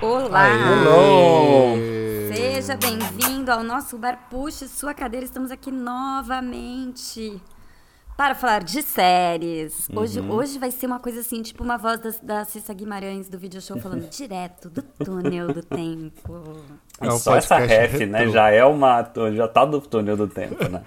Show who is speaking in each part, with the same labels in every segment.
Speaker 1: Olá!
Speaker 2: Hello!
Speaker 1: Seja bem-vindo ao nosso lugar. Puxe sua cadeira, estamos aqui novamente para falar de séries. Hoje,
Speaker 3: Uhum.
Speaker 1: hoje vai ser uma coisa assim, tipo uma voz da, da Cissa Guimarães do video show falando direto do túnel do tempo.
Speaker 2: É um
Speaker 3: Só essa
Speaker 2: podcast
Speaker 3: ref, né?
Speaker 2: retrô.
Speaker 3: Já é uma. Já tá do túnel do tempo, né?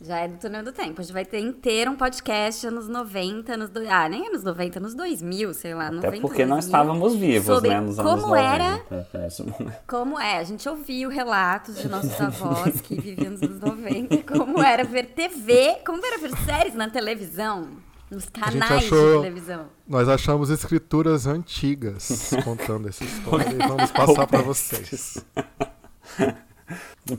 Speaker 1: Já é do túnel do tempo. A gente vai ter inteiro um podcast anos 90, anos do... ah, nem anos 90, anos 2000, sei lá.
Speaker 3: Até
Speaker 1: 90,
Speaker 3: porque nós
Speaker 1: 2000.
Speaker 3: estávamos vivos,
Speaker 1: né? Sobre
Speaker 3: né? Nos anos
Speaker 1: como era
Speaker 3: 90. É, isso.
Speaker 1: Como é? A gente ouviu relatos de nossos avós que viviam nos anos 90, como era ver TV, como era ver séries na televisão, nos canais de
Speaker 4: achou-
Speaker 1: televisão.
Speaker 4: Nós achamos escrituras antigas contando essa história e vamos passar para vocês.
Speaker 3: É,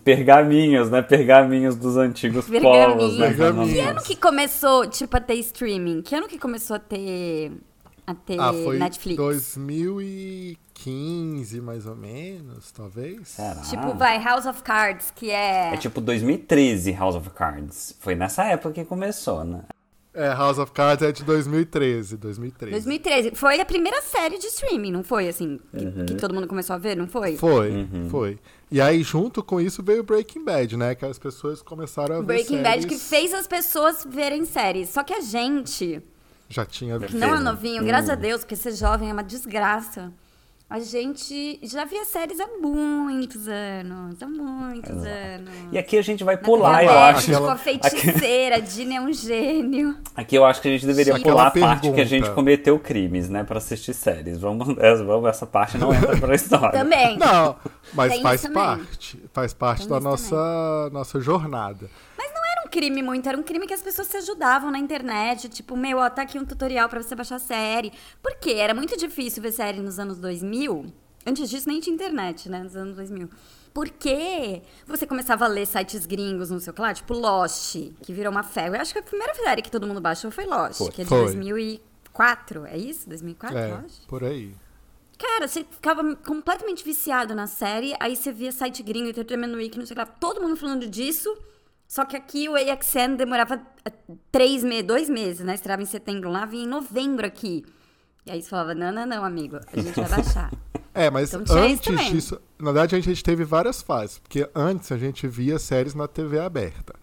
Speaker 3: Pergaminhos, né? Pergaminhos dos antigos povos, né?
Speaker 4: Pergaminhos.
Speaker 1: Que ano que começou, tipo, a ter streaming? Que ano que começou a ter, a ter
Speaker 4: Ah, foi
Speaker 1: É, Netflix?
Speaker 4: 2015, mais ou menos, talvez.
Speaker 3: Será?
Speaker 1: Tipo, vai, House of Cards, que é...
Speaker 3: É tipo 2013 House of Cards. Foi nessa época que começou, né?
Speaker 4: É, House of Cards é de 2013, 2013.
Speaker 1: 2013. Foi a primeira série de streaming, não foi, assim? Que, que todo mundo começou a ver, não foi?
Speaker 4: Uhum. Foi, foi. E aí, junto com isso, veio Breaking Bad, né? Que as pessoas começaram a ver
Speaker 1: Breaking Bad, que
Speaker 4: séries-
Speaker 1: fez as pessoas verem séries. Só que a gente...
Speaker 4: Já tinha visto.
Speaker 1: que não é
Speaker 3: Sim. Hum.
Speaker 1: novinho, graças a Deus, porque ser jovem é uma desgraça. A gente já via séries há muitos anos, há muitos anos.
Speaker 3: E aqui a gente vai
Speaker 1: Na
Speaker 3: pular,
Speaker 1: TV
Speaker 3: eu
Speaker 1: aberta,
Speaker 3: acho.
Speaker 1: Tipo, a
Speaker 4: Aquela-
Speaker 1: feiticeira, Dina é um gênio.
Speaker 3: Aqui eu acho que a gente deveria
Speaker 4: Sim.
Speaker 3: pular a
Speaker 4: Aquela
Speaker 3: parte que a gente
Speaker 4: pergunta.
Speaker 3: cometeu crimes, né? Pra assistir séries. Vamos, essa, vamos- essa parte não entra pra história.
Speaker 1: Também.
Speaker 4: Não, mas
Speaker 1: Tem
Speaker 4: faz
Speaker 1: isso também.
Speaker 4: parte. Faz parte
Speaker 1: Tem
Speaker 4: da
Speaker 1: isso
Speaker 4: nossa, nossa jornada.
Speaker 1: Mas não era um crime muito, era um crime que as pessoas se ajudavam na internet. Tipo, meu, ó, tá aqui um tutorial pra você baixar série. Por quê? Era muito difícil ver série nos anos 2000. Antes disso, nem tinha internet, né? Nos anos 2000. Porque você começava a ler sites gringos, não sei o que lá, tipo Lost, que virou uma fé. Eu acho que a primeira série que todo mundo baixou foi Lost, que é de
Speaker 4: Foi.
Speaker 1: 2004. É isso? 2004,
Speaker 4: é,
Speaker 1: Lost?
Speaker 4: por aí.
Speaker 1: Cara, você ficava completamente viciado na série, aí você via site gringo, Entertainment Week, não sei o que lá, todo mundo falando disso. Só que aqui o AXN demorava ah, três meses, dois meses, né? Estreava em setembro lá, vinha em novembro aqui. E aí você falava, não, não, não, amigo, a gente vai baixar.
Speaker 4: É, mas
Speaker 1: Então tinha isso
Speaker 4: antes
Speaker 1: também.
Speaker 4: disso, na verdade a gente teve várias fases, porque antes a gente via séries na TV aberta.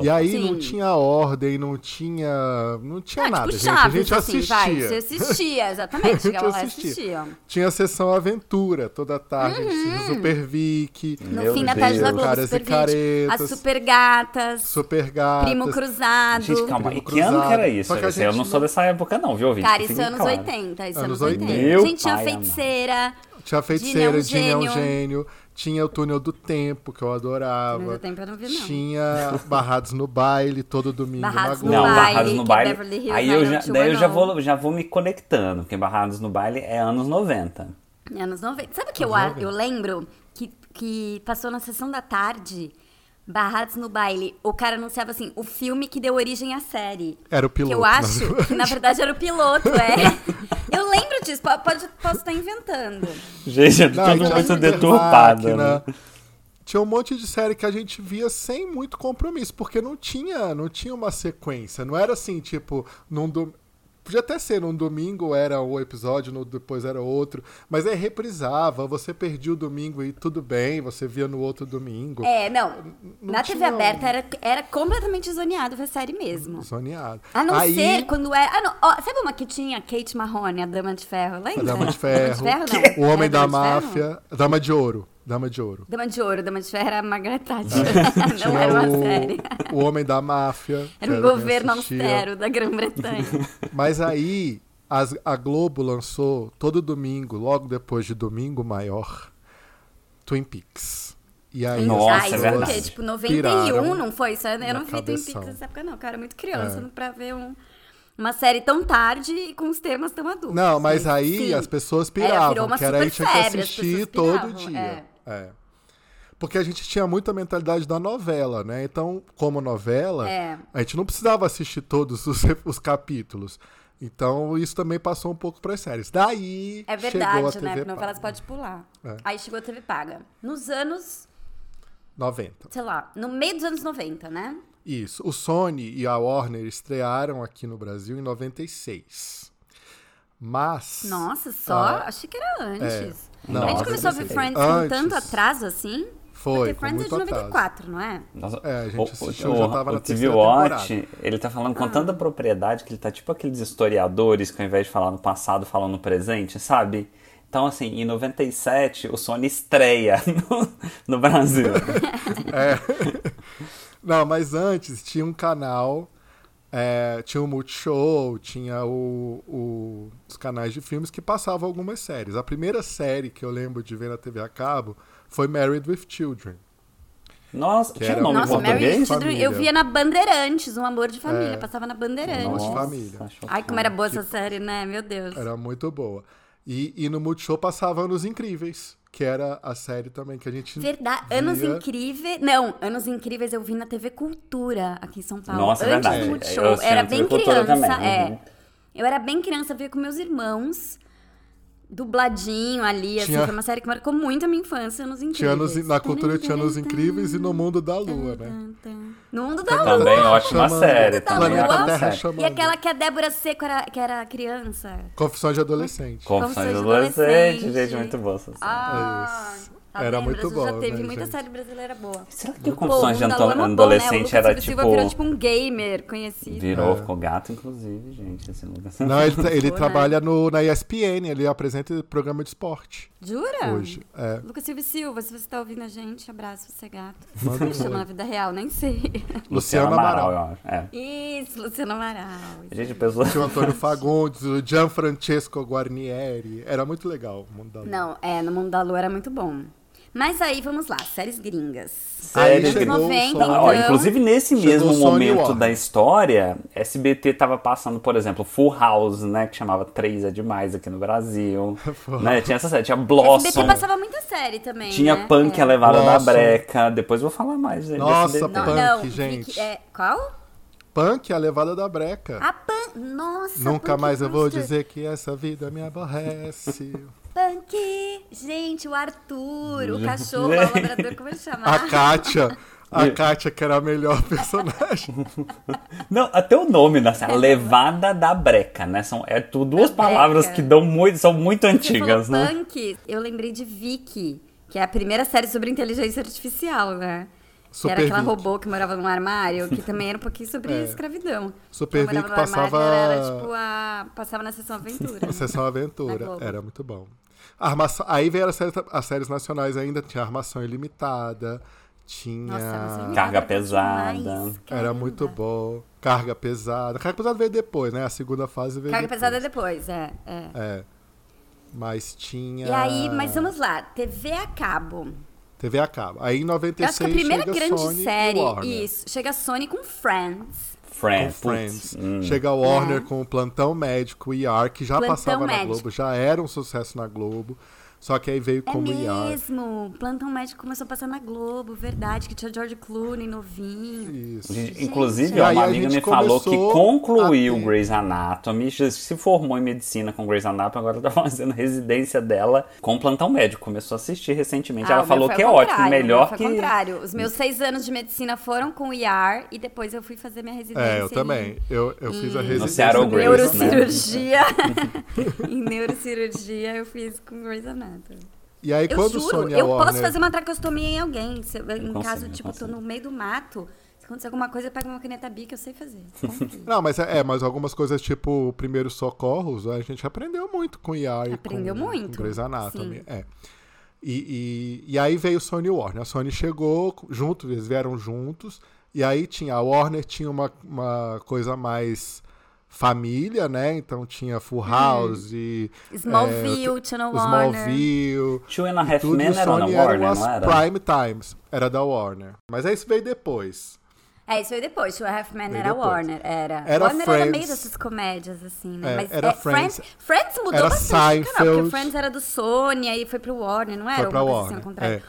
Speaker 4: E aí não
Speaker 1: Sim.
Speaker 4: tinha ordem, não tinha, não tinha
Speaker 1: Ah,
Speaker 4: nada,
Speaker 1: tipo
Speaker 4: gente.
Speaker 1: Chaves,
Speaker 4: a gente
Speaker 1: assim,
Speaker 4: assistia.
Speaker 1: vai. Você assistia,
Speaker 4: A
Speaker 1: exatamente.
Speaker 4: gente
Speaker 1: Chegava lá e
Speaker 4: assistia.
Speaker 1: assistia.
Speaker 4: Tinha a sessão Aventura toda tarde, a gente assistia Super Vic,
Speaker 1: Uhum. No
Speaker 3: Meu
Speaker 1: fim da tarde da
Speaker 3: Deus.
Speaker 1: Globo,
Speaker 4: Caras
Speaker 1: Super
Speaker 4: e
Speaker 1: 20,
Speaker 4: Caretas,
Speaker 1: as Super Gatas,
Speaker 4: Super Gatas.
Speaker 1: Primo Cruzado.
Speaker 3: Gente, calma. E
Speaker 4: Primo
Speaker 3: que ano que era
Speaker 4: cruzado.
Speaker 3: isso?
Speaker 4: Só que a
Speaker 3: Esse Eu
Speaker 4: gente
Speaker 3: não sou
Speaker 4: não-
Speaker 3: dessa época, não, viu, ouvinte?
Speaker 1: Cara,
Speaker 3: Que
Speaker 1: isso é
Speaker 3: fique
Speaker 1: anos
Speaker 3: claro.
Speaker 1: 80, isso é
Speaker 4: Anos
Speaker 1: anos 80.
Speaker 4: 80.
Speaker 3: né? Meu
Speaker 1: gente, tinha
Speaker 3: pai amado.
Speaker 1: feiticeira.
Speaker 4: Tinha a feiticeira,
Speaker 1: Dina é
Speaker 4: tinha
Speaker 1: um
Speaker 4: um gênio, tinha o túnel do tempo, que eu
Speaker 1: Túnel
Speaker 4: adorava.
Speaker 1: do Tempo eu não vi, não.
Speaker 4: Tinha Barrados no baile, todo domingo
Speaker 1: Barrados
Speaker 4: na
Speaker 1: no
Speaker 4: Globo.
Speaker 3: Não,
Speaker 1: baile,
Speaker 3: Barrados
Speaker 1: que
Speaker 3: no
Speaker 1: é
Speaker 3: Baile.
Speaker 1: Beverly Hills
Speaker 3: aí eu já, daí eu já
Speaker 1: 90210.
Speaker 3: vou, já vou me conectando, porque Barrados no Baile é anos 90.
Speaker 1: Anos 90. Sabe o que eu,
Speaker 4: Anos
Speaker 1: a-
Speaker 4: 90.
Speaker 1: eu lembro? Que, que passou na sessão da tarde, Barrados no Baile, o cara anunciava assim, o filme que deu origem à série.
Speaker 4: Era o
Speaker 1: Que
Speaker 4: piloto,
Speaker 1: eu
Speaker 4: na
Speaker 1: acho que, na verdade, era o piloto, é. eu lembro disso, po- pode, posso estar inventando.
Speaker 3: Gente, é
Speaker 4: Não,
Speaker 3: tudo
Speaker 4: tinha
Speaker 3: muito
Speaker 4: Super
Speaker 3: deturpado.
Speaker 4: Máquina.
Speaker 3: né?
Speaker 4: Tinha um monte de série que a gente via sem muito compromisso, porque não tinha, não tinha uma sequência. Não era assim, tipo, num do... Podia até ser, num domingo era um episódio, no... depois era outro, mas aí reprisava, você perdia o domingo e tudo bem, você via no outro domingo.
Speaker 1: É, não.
Speaker 4: Não
Speaker 1: na TV
Speaker 4: tinha um-
Speaker 1: aberta era, era completamente zoneado ver série mesmo.
Speaker 4: Zoneado.
Speaker 1: A não
Speaker 4: Aí-
Speaker 1: ser quando é. Ah, não. ó, sabe uma que tinha Kate Marrone, a Dama de Ferro? Lembra?
Speaker 4: A Dama de Ferro,
Speaker 1: Então, Dama de Ferro, não.
Speaker 4: O Homem
Speaker 1: Era
Speaker 4: da
Speaker 1: Dama de Ferro?
Speaker 4: Máfia, Dama de Ouro, Dama de Ouro.
Speaker 1: Dama de Ouro, Dama de Ferro era a Margaret Thatcher. não
Speaker 4: É. Tinha
Speaker 1: era uma
Speaker 4: o-
Speaker 1: série.
Speaker 4: o Homem da
Speaker 1: Era um
Speaker 4: Máfia. que eu também
Speaker 1: governo
Speaker 4: assistia.
Speaker 1: austero da Grã-Bretanha.
Speaker 4: Mas aí as- a Globo lançou todo domingo, logo depois de Domingo Maior, Twin Peaks. E aí as
Speaker 3: Nossa,
Speaker 1: ah, isso
Speaker 3: é
Speaker 4: pessoas
Speaker 1: foi o
Speaker 3: verdade.
Speaker 1: quê? Tipo, 91,
Speaker 4: piraram.
Speaker 1: não foi? Isso, eu não
Speaker 4: é um na
Speaker 1: vi Twin Peaks
Speaker 4: cabeção.
Speaker 1: nessa época, não, cara. Muito criança
Speaker 4: É.
Speaker 1: pra ver um- uma série tão tarde e com os temas tão adultos.
Speaker 4: Não, mas aí
Speaker 1: sim.
Speaker 4: as pessoas
Speaker 1: Era, virou
Speaker 4: piravam,
Speaker 1: uma
Speaker 4: que era aí
Speaker 1: super
Speaker 4: tinha que
Speaker 1: febre, as
Speaker 4: assistir
Speaker 1: pessoas
Speaker 4: todo
Speaker 1: piravam,
Speaker 4: dia.
Speaker 1: é.
Speaker 4: É. Porque a gente tinha muita mentalidade da novela, né? Então, como novela,
Speaker 1: É.
Speaker 4: a gente não precisava assistir todos os, os capítulos. Então, isso também passou um pouco para as séries. Daí,
Speaker 1: É
Speaker 4: chegou
Speaker 1: verdade,
Speaker 4: a TV
Speaker 1: né? Porque
Speaker 4: paga.
Speaker 1: novelas pode pular.
Speaker 4: É.
Speaker 1: Aí chegou a TV paga. Nos anos,
Speaker 4: 90.
Speaker 1: sei lá, no meio dos anos 90, né?
Speaker 4: Isso. O Sony e a Warner estrearam aqui no Brasil em 96. Mas.
Speaker 1: Nossa, só?
Speaker 4: Ah, É.
Speaker 1: Achei que era antes. a
Speaker 3: Nossa,
Speaker 1: gente começou a
Speaker 3: não
Speaker 1: ver
Speaker 3: sei.
Speaker 1: Friends com
Speaker 4: Antes.
Speaker 1: tanto atraso assim?
Speaker 4: Foi,
Speaker 1: porque Friends
Speaker 4: com
Speaker 1: é
Speaker 4: muito
Speaker 1: de
Speaker 4: atraso.
Speaker 1: 94, não é?
Speaker 3: Nossa,
Speaker 4: É, a gente assistiu,
Speaker 3: o,
Speaker 4: já tava
Speaker 3: o
Speaker 4: na
Speaker 3: TV
Speaker 4: terceira
Speaker 3: Watch, ele tá falando com
Speaker 1: Ah.
Speaker 3: tanta propriedade que ele tá tipo aqueles historiadores que ao invés de falar no passado, falam no presente, sabe? Então, assim, em 97, o Sony estreia no, no Brasil.
Speaker 4: Não, mas antes tinha um canal, é, tinha o Multishow, tinha o- o- os canais de filmes que passavam algumas séries. A primeira série que eu lembro de ver na TV a cabo foi Married with Children.
Speaker 3: Nossa,
Speaker 4: Que
Speaker 3: tinha
Speaker 4: era
Speaker 3: nome
Speaker 4: um-
Speaker 3: em
Speaker 1: Nossa, Mary
Speaker 3: português?
Speaker 1: Tidro, eu
Speaker 4: Família. É.
Speaker 1: via na Bandeirantes, um amor de família, passava na Bandeirantes.
Speaker 4: Nossa, Família.
Speaker 3: chocante.
Speaker 1: Ai, como era boa essa série, né? Meu Deus.
Speaker 4: Era muito boa. E, e no Multishow passava Anos Incríveis, que era a série também que a gente.
Speaker 1: Verdade.
Speaker 4: via.
Speaker 1: Anos Incríveis. Não, Anos Incríveis eu vi na TV Cultura aqui em São Paulo.
Speaker 3: Nossa, é
Speaker 1: Antes
Speaker 3: verdade.
Speaker 1: do
Speaker 3: Eu
Speaker 1: Multishow.
Speaker 3: assisti
Speaker 1: Era
Speaker 3: na
Speaker 1: bem
Speaker 3: TV Cultura
Speaker 1: criança.
Speaker 3: também,
Speaker 1: É.
Speaker 3: uhum.
Speaker 1: Eu era bem criança, via com meus irmãos. Dubladinho ali, assim,
Speaker 4: Tinha-
Speaker 1: foi uma série que marcou muito a minha infância, Anos Incríveis.
Speaker 4: Tinha anos, na cultura tinha Anos Incríveis e no Mundo da Lua, né?
Speaker 1: No mundo da lua.
Speaker 3: Também ótima
Speaker 4: Chamando-
Speaker 3: série.
Speaker 1: Tá
Speaker 3: Também
Speaker 1: no
Speaker 3: ótima
Speaker 1: ar?
Speaker 4: Terra
Speaker 3: série.
Speaker 4: chamando.
Speaker 1: E aquela que a Débora Seco era, que era criança.
Speaker 4: Confissões de Adolescente.
Speaker 3: Confissões de
Speaker 1: Confissões de
Speaker 3: adolescente,
Speaker 1: adolescente.
Speaker 3: gente, muito boa essa série.
Speaker 1: Ah,
Speaker 4: Isso.
Speaker 1: tá
Speaker 4: Era
Speaker 1: vendo?
Speaker 4: muito
Speaker 1: Brasil
Speaker 4: bom,
Speaker 1: Já teve
Speaker 4: né,
Speaker 1: muita
Speaker 4: gente?
Speaker 1: série brasileira boa.
Speaker 3: Será que o
Speaker 1: Pô, o
Speaker 3: Confissões de
Speaker 1: mundo da Lua é uma boa,
Speaker 3: Adolescente
Speaker 1: né? O Lucas
Speaker 3: era
Speaker 1: Silva
Speaker 3: tipo...
Speaker 1: virou tipo um gamer conhecido.
Speaker 3: Virou, ficou gato, inclusive, gente, esse Lucas.
Speaker 4: É. Não, ele, ele
Speaker 1: Pô, né?
Speaker 4: trabalha no, na ESPN, ele apresenta programa de esporte
Speaker 1: Jura?
Speaker 4: hoje. É.
Speaker 1: Lucas Silva e Silva, se você tá ouvindo a gente, abraço, você é gato.
Speaker 4: Manda
Speaker 1: Como
Speaker 4: um
Speaker 1: ele chama
Speaker 4: oi.
Speaker 1: na vida real? Nem sei.
Speaker 4: Luciano Amaral.
Speaker 3: eu acho. É.
Speaker 1: Isso, Luciano Amaral.
Speaker 3: Gente, pessoa...
Speaker 4: Tinha o Antônio Fagundes, o Gianfrancesco Guarnieri. Era muito legal o mundo da Lua.
Speaker 1: Não, é, no Mundo da Lua era muito bom. Mas aí, vamos lá, séries gringas.
Speaker 4: Aí
Speaker 3: Série
Speaker 4: chegou o
Speaker 1: 90,
Speaker 4: Sony.
Speaker 1: então.
Speaker 3: Ó, inclusive nesse
Speaker 4: Chegou
Speaker 3: mesmo
Speaker 4: o Sony
Speaker 3: momento
Speaker 4: Warner.
Speaker 3: da história, SBT tava passando, por exemplo, Full House, né, que chamava Três é Demais aqui no Brasil, né, tinha essa série, tinha Blossom,
Speaker 1: SBT passava muita série também,
Speaker 3: um- tinha
Speaker 1: né?
Speaker 3: Punk,
Speaker 1: é.
Speaker 3: a Levada da
Speaker 4: Blossom.
Speaker 3: Breca, depois eu vou falar mais né,
Speaker 4: Nossa,
Speaker 3: desse
Speaker 1: Não,
Speaker 4: Punk,
Speaker 3: detalhe.
Speaker 1: não,
Speaker 4: gente.
Speaker 1: Vicky- é, qual?
Speaker 4: Punk, é a levada da breca.
Speaker 1: A Punk. Nossa,
Speaker 4: Nunca
Speaker 1: Ah, é Punk
Speaker 4: mais eu vou
Speaker 1: Brewster.
Speaker 4: dizer que essa vida me aborrece.
Speaker 1: Punk! Gente, o Arthur, o cachorro, o labrador, como ele chama?
Speaker 4: A Kátia. A
Speaker 3: E-
Speaker 4: Kátia, que era a melhor personagem.
Speaker 3: Não, até o nome da série, Levada da Breca, né, são é tu, duas
Speaker 1: Da
Speaker 3: palavras
Speaker 1: É. Breca.
Speaker 3: que dão muito, são muito
Speaker 1: Você falou
Speaker 3: antigas, né.
Speaker 1: Punk, eu lembrei de Vicky, que é a primeira série sobre inteligência artificial, né?
Speaker 4: Super
Speaker 1: que era aquela
Speaker 4: Vicky. É.
Speaker 1: robô que morava num armário, que também era um pouquinho sobre escravidão.
Speaker 4: Super
Speaker 1: Ela morava
Speaker 4: Vicky
Speaker 1: no armário,
Speaker 4: passava-
Speaker 1: Ela era, tipo, a... Passava na sessão aventura.
Speaker 4: Sessão
Speaker 1: Na
Speaker 4: é Aventura.
Speaker 1: Globo.
Speaker 4: Era muito bom. Armação... Aí veio as séries, as séries nacionais ainda. Tinha Armação Ilimitada. Tinha...
Speaker 1: Nossa, mas eu me
Speaker 3: Carga
Speaker 1: lembro
Speaker 3: pesada.
Speaker 1: demais,
Speaker 4: Era
Speaker 1: caramba.
Speaker 4: muito bom. Carga pesada. Carga pesada veio depois, né? A segunda fase veio
Speaker 1: Carga
Speaker 4: depois. Ah.
Speaker 1: pesada depois, é, é.
Speaker 4: É. Mas tinha.
Speaker 1: E aí, mas vamos lá, TV a cabo.
Speaker 4: TV acaba. Aí em 96
Speaker 1: Eu acho que a primeira
Speaker 4: chega
Speaker 1: grande
Speaker 4: Sony e Warner.
Speaker 1: série, isso, chega a Sony com Friends.
Speaker 4: Com
Speaker 3: Friends,
Speaker 4: Friends.
Speaker 3: É, putz, hum.
Speaker 4: Chega a Warner com o Plantão Médico e ER, que já
Speaker 1: É. Plantão
Speaker 4: passava
Speaker 1: Médico.
Speaker 4: na Globo, já era um sucesso na Globo. Só que aí veio como
Speaker 1: é
Speaker 4: ER.
Speaker 1: mesmo, Plantão Médico começou a passar na Globo, verdade, que tinha George Clooney novinho.
Speaker 4: Isso.
Speaker 3: Gente, Inclusive,
Speaker 4: E
Speaker 3: ó,
Speaker 4: aí
Speaker 3: uma
Speaker 4: a
Speaker 3: amiga
Speaker 4: gente
Speaker 3: me falou que
Speaker 4: começou
Speaker 3: concluiu
Speaker 4: a ter-
Speaker 3: Grey's Anatomy, já se formou em medicina com Grey's Anatomy, agora tá fazendo residência dela com plantão médico. Começou a assistir
Speaker 1: Ah,
Speaker 3: recentemente.
Speaker 1: o
Speaker 3: Ela
Speaker 1: meu
Speaker 3: falou
Speaker 1: foi
Speaker 3: que é
Speaker 1: ao
Speaker 3: ótimo,
Speaker 1: contrário, o meu
Speaker 3: melhor
Speaker 1: foi ao
Speaker 3: que. Hum.
Speaker 1: contrário, os meus seis anos de medicina foram com o IAR e depois eu fui fazer minha residência
Speaker 4: É, eu
Speaker 1: em-
Speaker 4: também. Eu, eu fiz
Speaker 3: Hum.
Speaker 4: a
Speaker 1: No
Speaker 4: residência.
Speaker 3: Seattle
Speaker 1: em
Speaker 3: Grace, Grey's, né?
Speaker 1: neurocirurgia. em neurocirurgia eu fiz com Grey's Anatomy.
Speaker 4: E aí
Speaker 1: Eu
Speaker 4: quando
Speaker 1: juro,
Speaker 4: Sony é e
Speaker 1: eu
Speaker 4: Warner...
Speaker 1: posso fazer uma tracostomia em alguém. Se eu, em
Speaker 3: consigo,
Speaker 1: caso,
Speaker 3: eu
Speaker 1: tipo, tô no
Speaker 3: consigo.
Speaker 1: meio do mato, se acontecer alguma coisa, eu pego uma caneta bica, eu sei fazer. Confia.
Speaker 4: Não, mas é, é, mas algumas coisas tipo primeiros socorros, a gente aprendeu muito com IA e
Speaker 1: Aprendeu
Speaker 4: com,
Speaker 1: muito,
Speaker 4: com Grey's Anatomy.
Speaker 1: sim.
Speaker 4: É. E, e, e aí veio Sony e Warner. A Sony chegou junto, eles vieram juntos. E aí tinha a Warner, tinha uma, uma coisa mais família, né? Então tinha Full House, e,
Speaker 1: Hum.
Speaker 4: é,
Speaker 1: Smallville, Channel Warner.
Speaker 4: Smallville.
Speaker 3: Two and a
Speaker 4: e
Speaker 3: Half
Speaker 4: Tudo,
Speaker 3: Men
Speaker 4: e o
Speaker 3: era na
Speaker 4: Sony eram
Speaker 3: Warner,
Speaker 4: as
Speaker 3: não era?
Speaker 4: Prime Times, era da Warner. Mas aí isso veio depois.
Speaker 1: É, isso aí depois. Two and a Half Men
Speaker 4: Veio
Speaker 1: era
Speaker 4: depois.
Speaker 1: Warner. Era.
Speaker 4: Era
Speaker 1: Warner era
Speaker 4: Friends.
Speaker 1: meio dessas comédias, assim, né?
Speaker 4: É,
Speaker 1: Mas
Speaker 4: era
Speaker 1: é, Friends.
Speaker 4: Friends.
Speaker 1: Friends mudou
Speaker 4: Era
Speaker 1: bastante de canal,
Speaker 4: Seinfeld.
Speaker 1: porque Friends era do Sony, aí foi pro Warner, não era?
Speaker 4: Foi pra
Speaker 1: Alguma coisa Assim,
Speaker 4: Warner.
Speaker 1: ao contrário.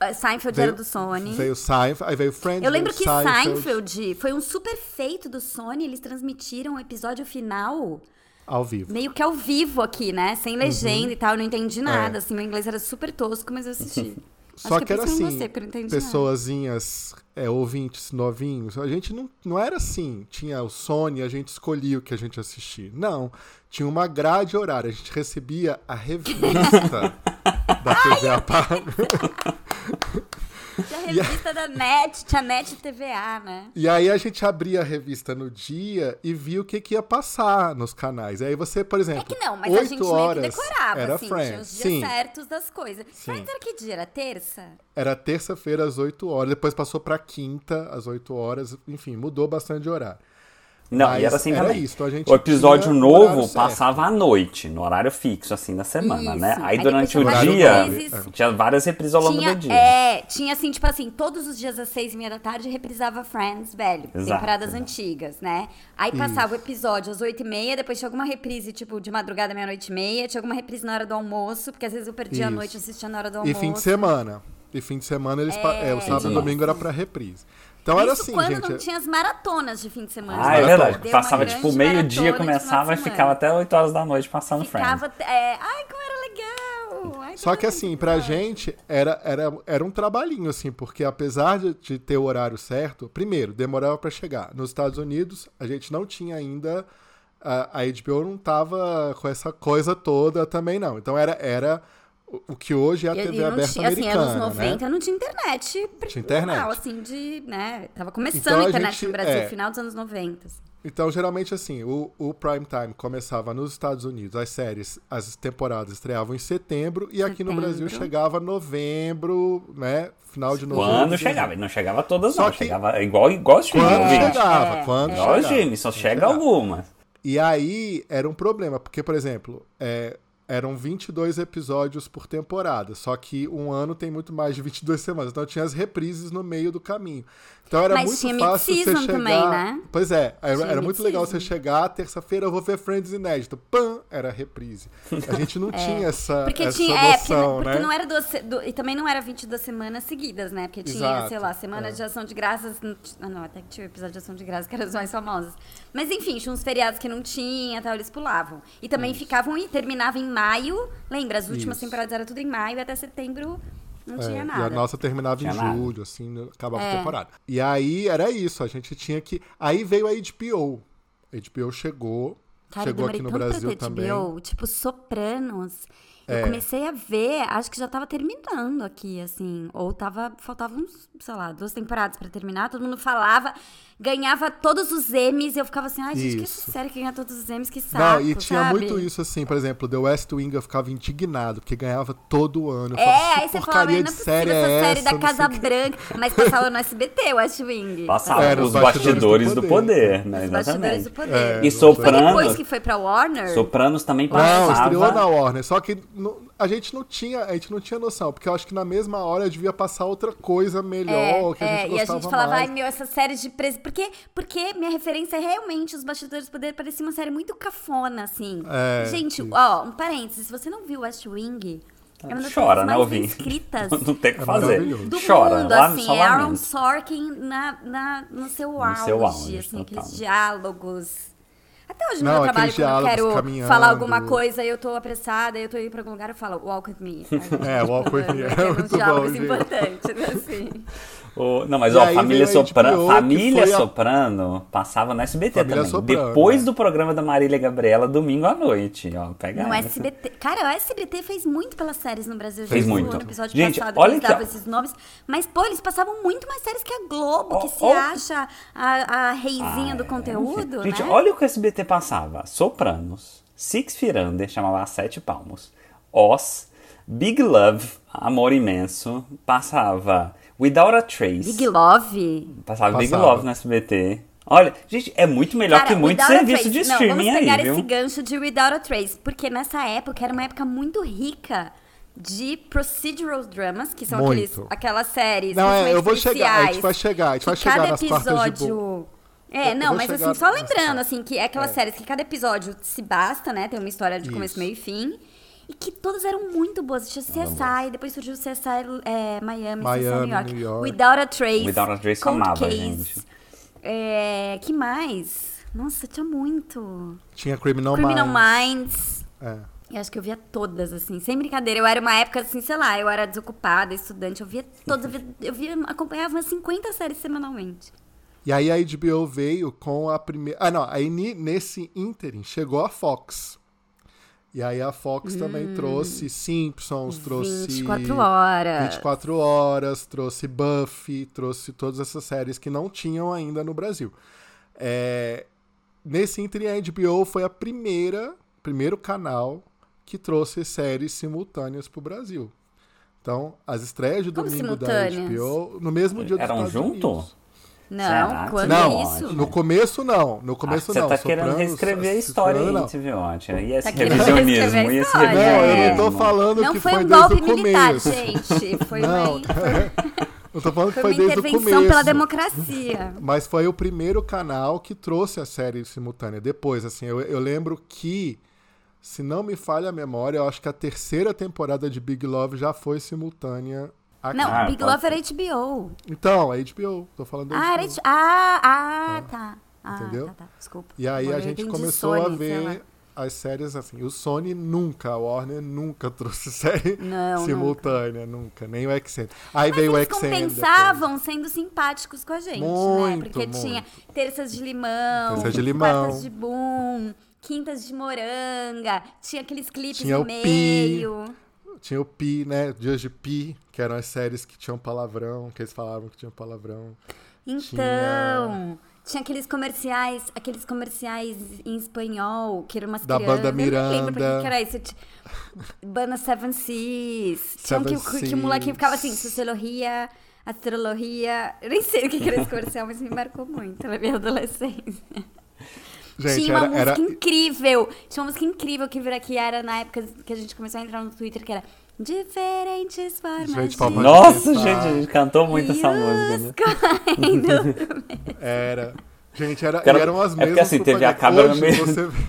Speaker 4: é.
Speaker 1: Ah, Seinfeld era do Sony.
Speaker 4: Veio Seinfeld, aí veio Friends.
Speaker 1: Eu lembro que
Speaker 4: veio Seinfeld,
Speaker 1: Seinfeld. foi um super feito do Sony, eles transmitiram o episódio final
Speaker 4: ao vivo.
Speaker 1: meio que ao vivo aqui, né? Sem legenda e tal, eu não entendi nada,
Speaker 4: Uhum. É.
Speaker 1: assim, meu inglês era super tosco, mas eu assisti. Acho
Speaker 4: Só
Speaker 1: é
Speaker 4: que,
Speaker 1: por
Speaker 4: era
Speaker 1: isso eu não
Speaker 4: assim,
Speaker 1: gostei, porque eu não entendi nada.
Speaker 4: pessoazinhas, é, ouvintes novinhos, a gente não, não era assim. Tinha o Sony, a gente escolhia o que a gente assistia. Não, tinha uma grade horária, a gente recebia a revista da TV a pago.
Speaker 1: Da revista da NET, tinha NET TVA, né?
Speaker 4: E aí a gente abria a revista no dia e via o que, que ia passar nos canais. E aí você, por
Speaker 1: É
Speaker 4: exemplo,
Speaker 1: que não, mas a
Speaker 4: oito
Speaker 1: gente meio
Speaker 4: horas
Speaker 1: que decorava,
Speaker 4: era
Speaker 1: assim, tinha os
Speaker 4: Friends.
Speaker 1: dias
Speaker 4: Sim,
Speaker 1: certos das coisas.
Speaker 4: Sim.
Speaker 1: Mas era que dia? Era terça?
Speaker 4: era terça-feira às 8 horas, depois passou pra quinta às 8 horas, enfim, mudou bastante de horário.
Speaker 3: Não,
Speaker 4: Mas
Speaker 3: e era assim
Speaker 4: era
Speaker 3: também.
Speaker 4: isso, a gente
Speaker 3: o episódio
Speaker 4: tinha
Speaker 3: novo
Speaker 4: horário certo.
Speaker 3: passava à noite, no horário fixo, assim, da semana,
Speaker 1: Isso.
Speaker 3: né?
Speaker 1: Aí
Speaker 3: Aí durante o
Speaker 1: depois
Speaker 4: tinha
Speaker 3: dia, é,
Speaker 4: vários vezes-
Speaker 3: tinha várias reprises ao longo do dia.
Speaker 1: Tinha, é, tinha assim, tipo assim, todos os dias às seis e meia da tarde reprisava Friends, velho.
Speaker 3: Exato,
Speaker 1: temporadas
Speaker 3: exato.
Speaker 1: antigas, né? Aí passava o episódio às oito e meia, depois tinha alguma reprise, tipo, de madrugada, meia-noite e meia, tinha alguma reprise na hora do almoço, porque às vezes eu perdia a
Speaker 4: Isso.
Speaker 1: noite assistia na hora do
Speaker 4: E
Speaker 1: almoço.
Speaker 4: fim de semana. E fim de semana eles. pa- É, o sábado e
Speaker 3: Sim.
Speaker 4: domingo era pra reprise. Então era
Speaker 1: Isso
Speaker 4: assim,
Speaker 1: quando
Speaker 4: gente.
Speaker 1: não tinha as maratonas de fim de semana.
Speaker 3: é Ah, é
Speaker 1: né?
Speaker 3: verdade.
Speaker 1: Deu uma
Speaker 3: Passava tipo
Speaker 1: grande
Speaker 3: meio-dia,
Speaker 1: maratona de
Speaker 3: começava
Speaker 1: final
Speaker 3: e
Speaker 1: de semana.
Speaker 3: ficava até 8 horas da noite passando Friends.
Speaker 1: Ficava, é, ai, como era legal. Ai,
Speaker 4: Só
Speaker 1: como
Speaker 4: que
Speaker 1: era
Speaker 4: assim,
Speaker 1: legal.
Speaker 4: pra gente era, era, era um trabalhinho, assim, porque apesar de, de ter o horário certo, primeiro, demorava pra chegar. Nos Estados Unidos, a gente não tinha ainda. A, a HBO não tava com essa coisa toda também, não. Então era, era o o que hoje é a
Speaker 1: E-
Speaker 4: TV
Speaker 1: e não
Speaker 4: aberta
Speaker 1: tinha, assim,
Speaker 4: americana.
Speaker 1: anos 90
Speaker 4: né?
Speaker 1: não tinha internet.
Speaker 4: Tinha internet.
Speaker 1: Normal, assim, de, né? Tava começando
Speaker 4: Então,
Speaker 1: a
Speaker 4: a
Speaker 1: internet
Speaker 4: gente-
Speaker 1: no Brasil,
Speaker 4: é.
Speaker 1: final dos anos 90. assim.
Speaker 4: Então, geralmente, assim, o, o prime time começava nos Estados Unidos, as séries, as temporadas estreavam em setembro, e aqui no
Speaker 1: Setembro.
Speaker 4: Brasil chegava novembro, né? Final de novembro.
Speaker 3: Quando chegava, ele não chegava todas,
Speaker 4: Só
Speaker 3: não.
Speaker 4: que-
Speaker 3: Chegava igual, igual os times,
Speaker 4: Quando
Speaker 3: gente.
Speaker 4: chegava,
Speaker 1: é,
Speaker 4: quando
Speaker 3: Igual os
Speaker 4: chegava.
Speaker 3: times, só chega algumas.
Speaker 4: E aí era um problema, porque, por exemplo, é, eram 22 episódios por temporada, só que um ano tem muito mais de 22 semanas, então tinha as reprises no meio do caminho. Então era
Speaker 1: Mas
Speaker 4: muito
Speaker 1: tinha
Speaker 4: fácil você
Speaker 1: mid-season
Speaker 4: chegar...
Speaker 1: também, né?
Speaker 4: Pois é, era,
Speaker 1: Tinha
Speaker 4: era muito legal
Speaker 1: mid-season.
Speaker 4: você chegar, terça-feira eu vou ver Friends inédito. Pam! Era reprise. A gente não tinha essa,
Speaker 1: É, Porque
Speaker 4: essa
Speaker 1: tinha. é, porque,
Speaker 4: noção,
Speaker 1: não- porque
Speaker 4: né?
Speaker 1: não era duas. se- du- e também não era 22 semanas seguidas, né? Porque tinha,
Speaker 4: Exato,
Speaker 1: sei lá, semana
Speaker 4: é.
Speaker 1: de ação de graças. não ti- Ah, não, até que tinha o episódio de ação de graças que era os mais famosos. Mas enfim, tinha uns feriados que não tinha tal, eles pulavam. E também ficavam e terminava em maio. Lembra? As últimas
Speaker 4: Isso.
Speaker 1: temporadas eram tudo em maio e até setembro não
Speaker 4: É,
Speaker 1: tinha
Speaker 4: E
Speaker 1: nada.
Speaker 4: a nossa terminava
Speaker 3: Tinha
Speaker 4: em
Speaker 3: nada.
Speaker 4: julho, assim, no- acabava
Speaker 1: É.
Speaker 4: a temporada. E aí era isso, a gente tinha que. Aí veio a HBO. A HBO chegou.
Speaker 1: Cara, eu
Speaker 4: chegou
Speaker 1: demorei
Speaker 4: aqui no
Speaker 1: tanto pra
Speaker 4: Brasil
Speaker 1: ter
Speaker 4: também.
Speaker 1: HBO, tipo, Sopranos. Eu
Speaker 4: É.
Speaker 1: comecei a ver, acho que já tava terminando aqui, assim. Ou tava, faltavam, uns, sei lá, duas temporadas pra terminar. Todo mundo falava, ganhava todos os M's. E eu ficava assim, ai, gente, que
Speaker 4: Isso.
Speaker 1: essa série que ganha todos os M's, que
Speaker 4: Não,
Speaker 1: saco,
Speaker 4: e tinha
Speaker 1: sabe?
Speaker 4: muito isso, assim, por exemplo, The West Wing eu ficava indignado, porque ganhava todo ano. Eu
Speaker 1: É, aí
Speaker 4: falava, "Que
Speaker 1: você falava,
Speaker 4: né? porcaria
Speaker 1: ai,
Speaker 4: de
Speaker 1: não é
Speaker 4: série
Speaker 1: possível
Speaker 4: é
Speaker 1: essa série
Speaker 4: essa?
Speaker 1: da
Speaker 4: Não
Speaker 1: Casa
Speaker 4: sei o quê."
Speaker 1: Branca. Mas passava no SBT, West Wing.
Speaker 3: Passava
Speaker 4: Era
Speaker 3: os
Speaker 4: os
Speaker 3: bastidores
Speaker 4: bastidores
Speaker 3: do
Speaker 4: do
Speaker 3: poder, né?
Speaker 1: Os bastidores do
Speaker 3: Exatamente.
Speaker 1: poder.
Speaker 4: É,
Speaker 3: E
Speaker 1: Foi depois
Speaker 3: Sopranos,
Speaker 1: que foi pra Warner?
Speaker 3: Sopranos também
Speaker 4: Não, estreou na
Speaker 3: passava.
Speaker 4: Warner, só que não- a gente não tinha, a gente não tinha noção, porque eu acho que na mesma hora devia passar outra coisa melhor, que a gente
Speaker 1: É, e a
Speaker 4: gostava
Speaker 1: gente falava,
Speaker 4: mais.
Speaker 1: ai meu, essa série de preso. Porque, porque minha referência é realmente Os Bastidores do Poder parecia uma série muito cafona, assim.
Speaker 4: É,
Speaker 1: gente,
Speaker 4: isso.
Speaker 1: ó, um parênteses, se você não viu West Wing, é uma das séries
Speaker 3: Chora, né,
Speaker 1: mais bem
Speaker 3: ouvinte?
Speaker 1: escritas
Speaker 3: Não tem o que
Speaker 4: É
Speaker 3: fazer.
Speaker 4: maravilhoso.
Speaker 1: do
Speaker 3: Chora,
Speaker 1: mundo,
Speaker 3: lá
Speaker 1: assim.
Speaker 3: só
Speaker 1: É Aaron
Speaker 3: lamento.
Speaker 1: Sorkin na, na, no seu auge,
Speaker 3: seu auge,
Speaker 1: assim, aqueles
Speaker 3: total.
Speaker 1: diálogos. Até hoje no
Speaker 4: Não,
Speaker 1: meu trabalho,
Speaker 4: aqueles
Speaker 1: quando eu
Speaker 4: diálogos
Speaker 1: quero
Speaker 4: caminhando.
Speaker 1: falar alguma coisa e eu tô apressada, e eu tô indo pra algum lugar, eu falo, walk with me.
Speaker 4: É, walk with me. É muito bom,
Speaker 1: diálogos
Speaker 4: gente.
Speaker 1: importantes, assim.
Speaker 3: O- não, mas
Speaker 4: E
Speaker 3: ó,
Speaker 4: aí
Speaker 3: Família,
Speaker 4: veio a
Speaker 3: Sopra-
Speaker 4: HBO, que
Speaker 3: Família
Speaker 4: foi a-
Speaker 3: Soprano passava na SBT
Speaker 4: Família
Speaker 3: também.
Speaker 4: Soprano,
Speaker 3: Depois
Speaker 4: é.
Speaker 3: do programa da Marília Gabriela, domingo à noite. Ó, pega
Speaker 1: No
Speaker 3: essa.
Speaker 1: SBT. Cara, o SBT fez muito pelas séries no Brasil.
Speaker 3: Fez
Speaker 1: gente,
Speaker 3: muito.
Speaker 1: No episódio
Speaker 3: Gente,
Speaker 1: passado,
Speaker 3: olha
Speaker 1: que eles
Speaker 3: aqui, ó.
Speaker 1: davam esses nomes. Mas, pô, eles passavam muito mais séries que a Globo, que
Speaker 3: Ó,
Speaker 1: se
Speaker 3: ó.
Speaker 1: acha a, a reizinha
Speaker 3: Ah,
Speaker 1: do
Speaker 3: é.
Speaker 1: conteúdo,
Speaker 3: Gente,
Speaker 1: né?
Speaker 3: olha o que o SBT passava. Sopranos, Six Feet Under, chamava As Sete Palmos, Oz, Big Love, Amor Imenso, passava Without a Trace,
Speaker 1: Big Love.
Speaker 3: passava Big
Speaker 4: Passava.
Speaker 3: Love no SBT. Olha, gente, é muito melhor
Speaker 1: Cara,
Speaker 3: que muito
Speaker 1: Without a
Speaker 3: serviço
Speaker 1: Trace.
Speaker 3: de
Speaker 1: Não,
Speaker 3: streaming
Speaker 1: vamos pegar
Speaker 3: aí,
Speaker 1: esse
Speaker 3: viu?
Speaker 1: gancho de Without a Trace, porque nessa época era uma época muito rica de procedural dramas, que são aqueles,
Speaker 4: Muito.
Speaker 1: aquelas séries
Speaker 4: Não, é, eu vou
Speaker 1: principalmente
Speaker 4: chegar, a gente
Speaker 1: policiais,
Speaker 4: vai chegar, a gente
Speaker 1: que
Speaker 4: vai chegar
Speaker 1: cada
Speaker 4: nas quartas de
Speaker 1: episódio-
Speaker 4: Eu-
Speaker 1: É,
Speaker 4: eu
Speaker 1: não,
Speaker 4: vou
Speaker 1: mas
Speaker 4: chegar
Speaker 1: assim, só
Speaker 4: nessa
Speaker 1: lembrando,
Speaker 4: parte.
Speaker 1: assim, que é aquelas séries que cada episódio se basta, né? Tem uma história de começo,
Speaker 4: Isso.
Speaker 1: meio e fim. E que todas eram muito boas. Tinha CSI, depois surgiu CSI é, Miami, CSI New
Speaker 4: Miami,
Speaker 1: York.
Speaker 4: New York.
Speaker 1: Without a Trace.
Speaker 3: Without a Trace eu
Speaker 1: Cold
Speaker 3: amava,
Speaker 1: Case.
Speaker 3: gente.
Speaker 1: É, que mais? Nossa, tinha muito.
Speaker 4: Tinha Criminal,
Speaker 1: Criminal
Speaker 4: Minds.
Speaker 1: Minds.
Speaker 4: É.
Speaker 1: Eu acho que eu via todas, assim, sem brincadeira. Eu era uma época, assim, sei lá, eu era desocupada, estudante, eu via todas, eu, via, eu via- acompanhava umas 50 séries semanalmente.
Speaker 4: E aí a HBO veio com a primeira. Ah, não. Aí ni- nesse ínterim chegou a Fox. E aí a Fox
Speaker 1: Hum.
Speaker 4: também trouxe Simpsons, trouxe.
Speaker 1: 24 horas.
Speaker 4: 24 horas, trouxe Buffy, trouxe todas essas séries que não tinham ainda no Brasil. É, nesse Inter, a HBO foi a primeira, primeiro canal que trouxe séries simultâneas pro Brasil. Então, as estreias de
Speaker 1: Como
Speaker 4: domingo da
Speaker 1: simultâneas?
Speaker 4: HBO, no mesmo dia dos
Speaker 3: Eram
Speaker 4: Estados
Speaker 3: junto?
Speaker 4: Unidos.
Speaker 1: Não,
Speaker 3: Será que
Speaker 1: quando
Speaker 4: Não,
Speaker 1: É isso?
Speaker 4: no começo não, no começo
Speaker 3: você
Speaker 4: não.
Speaker 3: tá querendo
Speaker 4: Sopranos,
Speaker 3: reescrever a
Speaker 4: Sopranos,
Speaker 3: história tipo- aí,
Speaker 4: não.
Speaker 3: Tiviotti. né? E esse
Speaker 1: Tá querendo
Speaker 3: revisionismo,
Speaker 1: reescrever a
Speaker 3: e esse
Speaker 1: história.
Speaker 4: Não, eu não
Speaker 3: revisionismo.
Speaker 4: tô falando
Speaker 1: Não
Speaker 4: que
Speaker 1: foi
Speaker 4: foi,
Speaker 1: um
Speaker 4: desde
Speaker 1: golpe
Speaker 4: o
Speaker 1: militar,
Speaker 4: começo.
Speaker 1: gente. Foi
Speaker 4: Não,
Speaker 1: uma,
Speaker 4: eu tô falando que
Speaker 1: foi
Speaker 4: foi
Speaker 1: uma
Speaker 4: desde o
Speaker 1: intervenção
Speaker 4: começo.
Speaker 1: pela democracia.
Speaker 4: Mas foi o primeiro canal que trouxe a série simultânea. Depois, assim, eu, eu lembro que, se não me falha a memória, eu acho que a terceira temporada de Big Love já foi simultânea aqui.
Speaker 1: Não,
Speaker 3: Ah,
Speaker 1: Big
Speaker 3: pode
Speaker 1: Love era HBO.
Speaker 4: Então, a HBO, tô falando da
Speaker 1: Ah, era
Speaker 4: HBO.
Speaker 1: HBO. Ah, ah, tá. Ah,
Speaker 4: É. Entendeu?
Speaker 1: Tá, tá. Desculpa.
Speaker 4: E aí
Speaker 1: Agora
Speaker 4: a
Speaker 1: eu
Speaker 4: gente
Speaker 1: entendi
Speaker 4: começou
Speaker 1: Sony,
Speaker 4: a
Speaker 1: sei lá.
Speaker 4: ver as séries assim. O Sony nunca, a Warner nunca trouxe série
Speaker 1: Não,
Speaker 4: simultânea, nunca. Nem o X-Men. Aí veio o
Speaker 1: Eles
Speaker 4: X-Men. depois.
Speaker 1: compensavam sendo simpáticos com a gente, né?
Speaker 4: Muito,
Speaker 1: Porque
Speaker 4: muito.
Speaker 1: tinha terças de limão,
Speaker 4: Terças de limão.
Speaker 1: quartas de boom, quintas de moranga, tinha aqueles clipes
Speaker 4: Tinha
Speaker 1: no
Speaker 4: o Pi.
Speaker 1: meio.
Speaker 4: Tinha o Pi, né? Dias de Pi, que eram as séries que tinham palavrão, que eles falavam que tinham palavrão.
Speaker 1: Então, tinha... aqueles comerciais, aqueles comerciais em espanhol, que eram umas
Speaker 4: Da
Speaker 1: crianças.
Speaker 4: banda
Speaker 1: Eu nem lembro pra que
Speaker 4: Miranda.
Speaker 1: que era isso. Ti- Banda Seven Seas. Tinha um que,
Speaker 4: Seven
Speaker 1: que o moleque
Speaker 4: Seas.
Speaker 1: ficava assim, sociologia, astrologia. Eu nem sei o que que era esse comercial, mas me marcou muito na minha adolescência.
Speaker 4: Gente,
Speaker 1: tinha uma
Speaker 4: era, era
Speaker 1: música incrível. Tinha uma música incrível que vira que era na época que a gente começou a entrar no Twitter, que era diferentes formas
Speaker 4: Diferentes
Speaker 1: de...
Speaker 4: formas de-
Speaker 3: Nossa,
Speaker 4: Mas-
Speaker 3: gente, a gente cantou muito essa
Speaker 1: E os
Speaker 3: música. Né?
Speaker 4: Era. Gente, era,
Speaker 3: Cara,
Speaker 4: e eram as
Speaker 3: é porque,
Speaker 4: mesmas.
Speaker 3: assim, teve a
Speaker 4: propagandas.
Speaker 3: câmera
Speaker 4: Hoje
Speaker 3: no meio.
Speaker 4: você-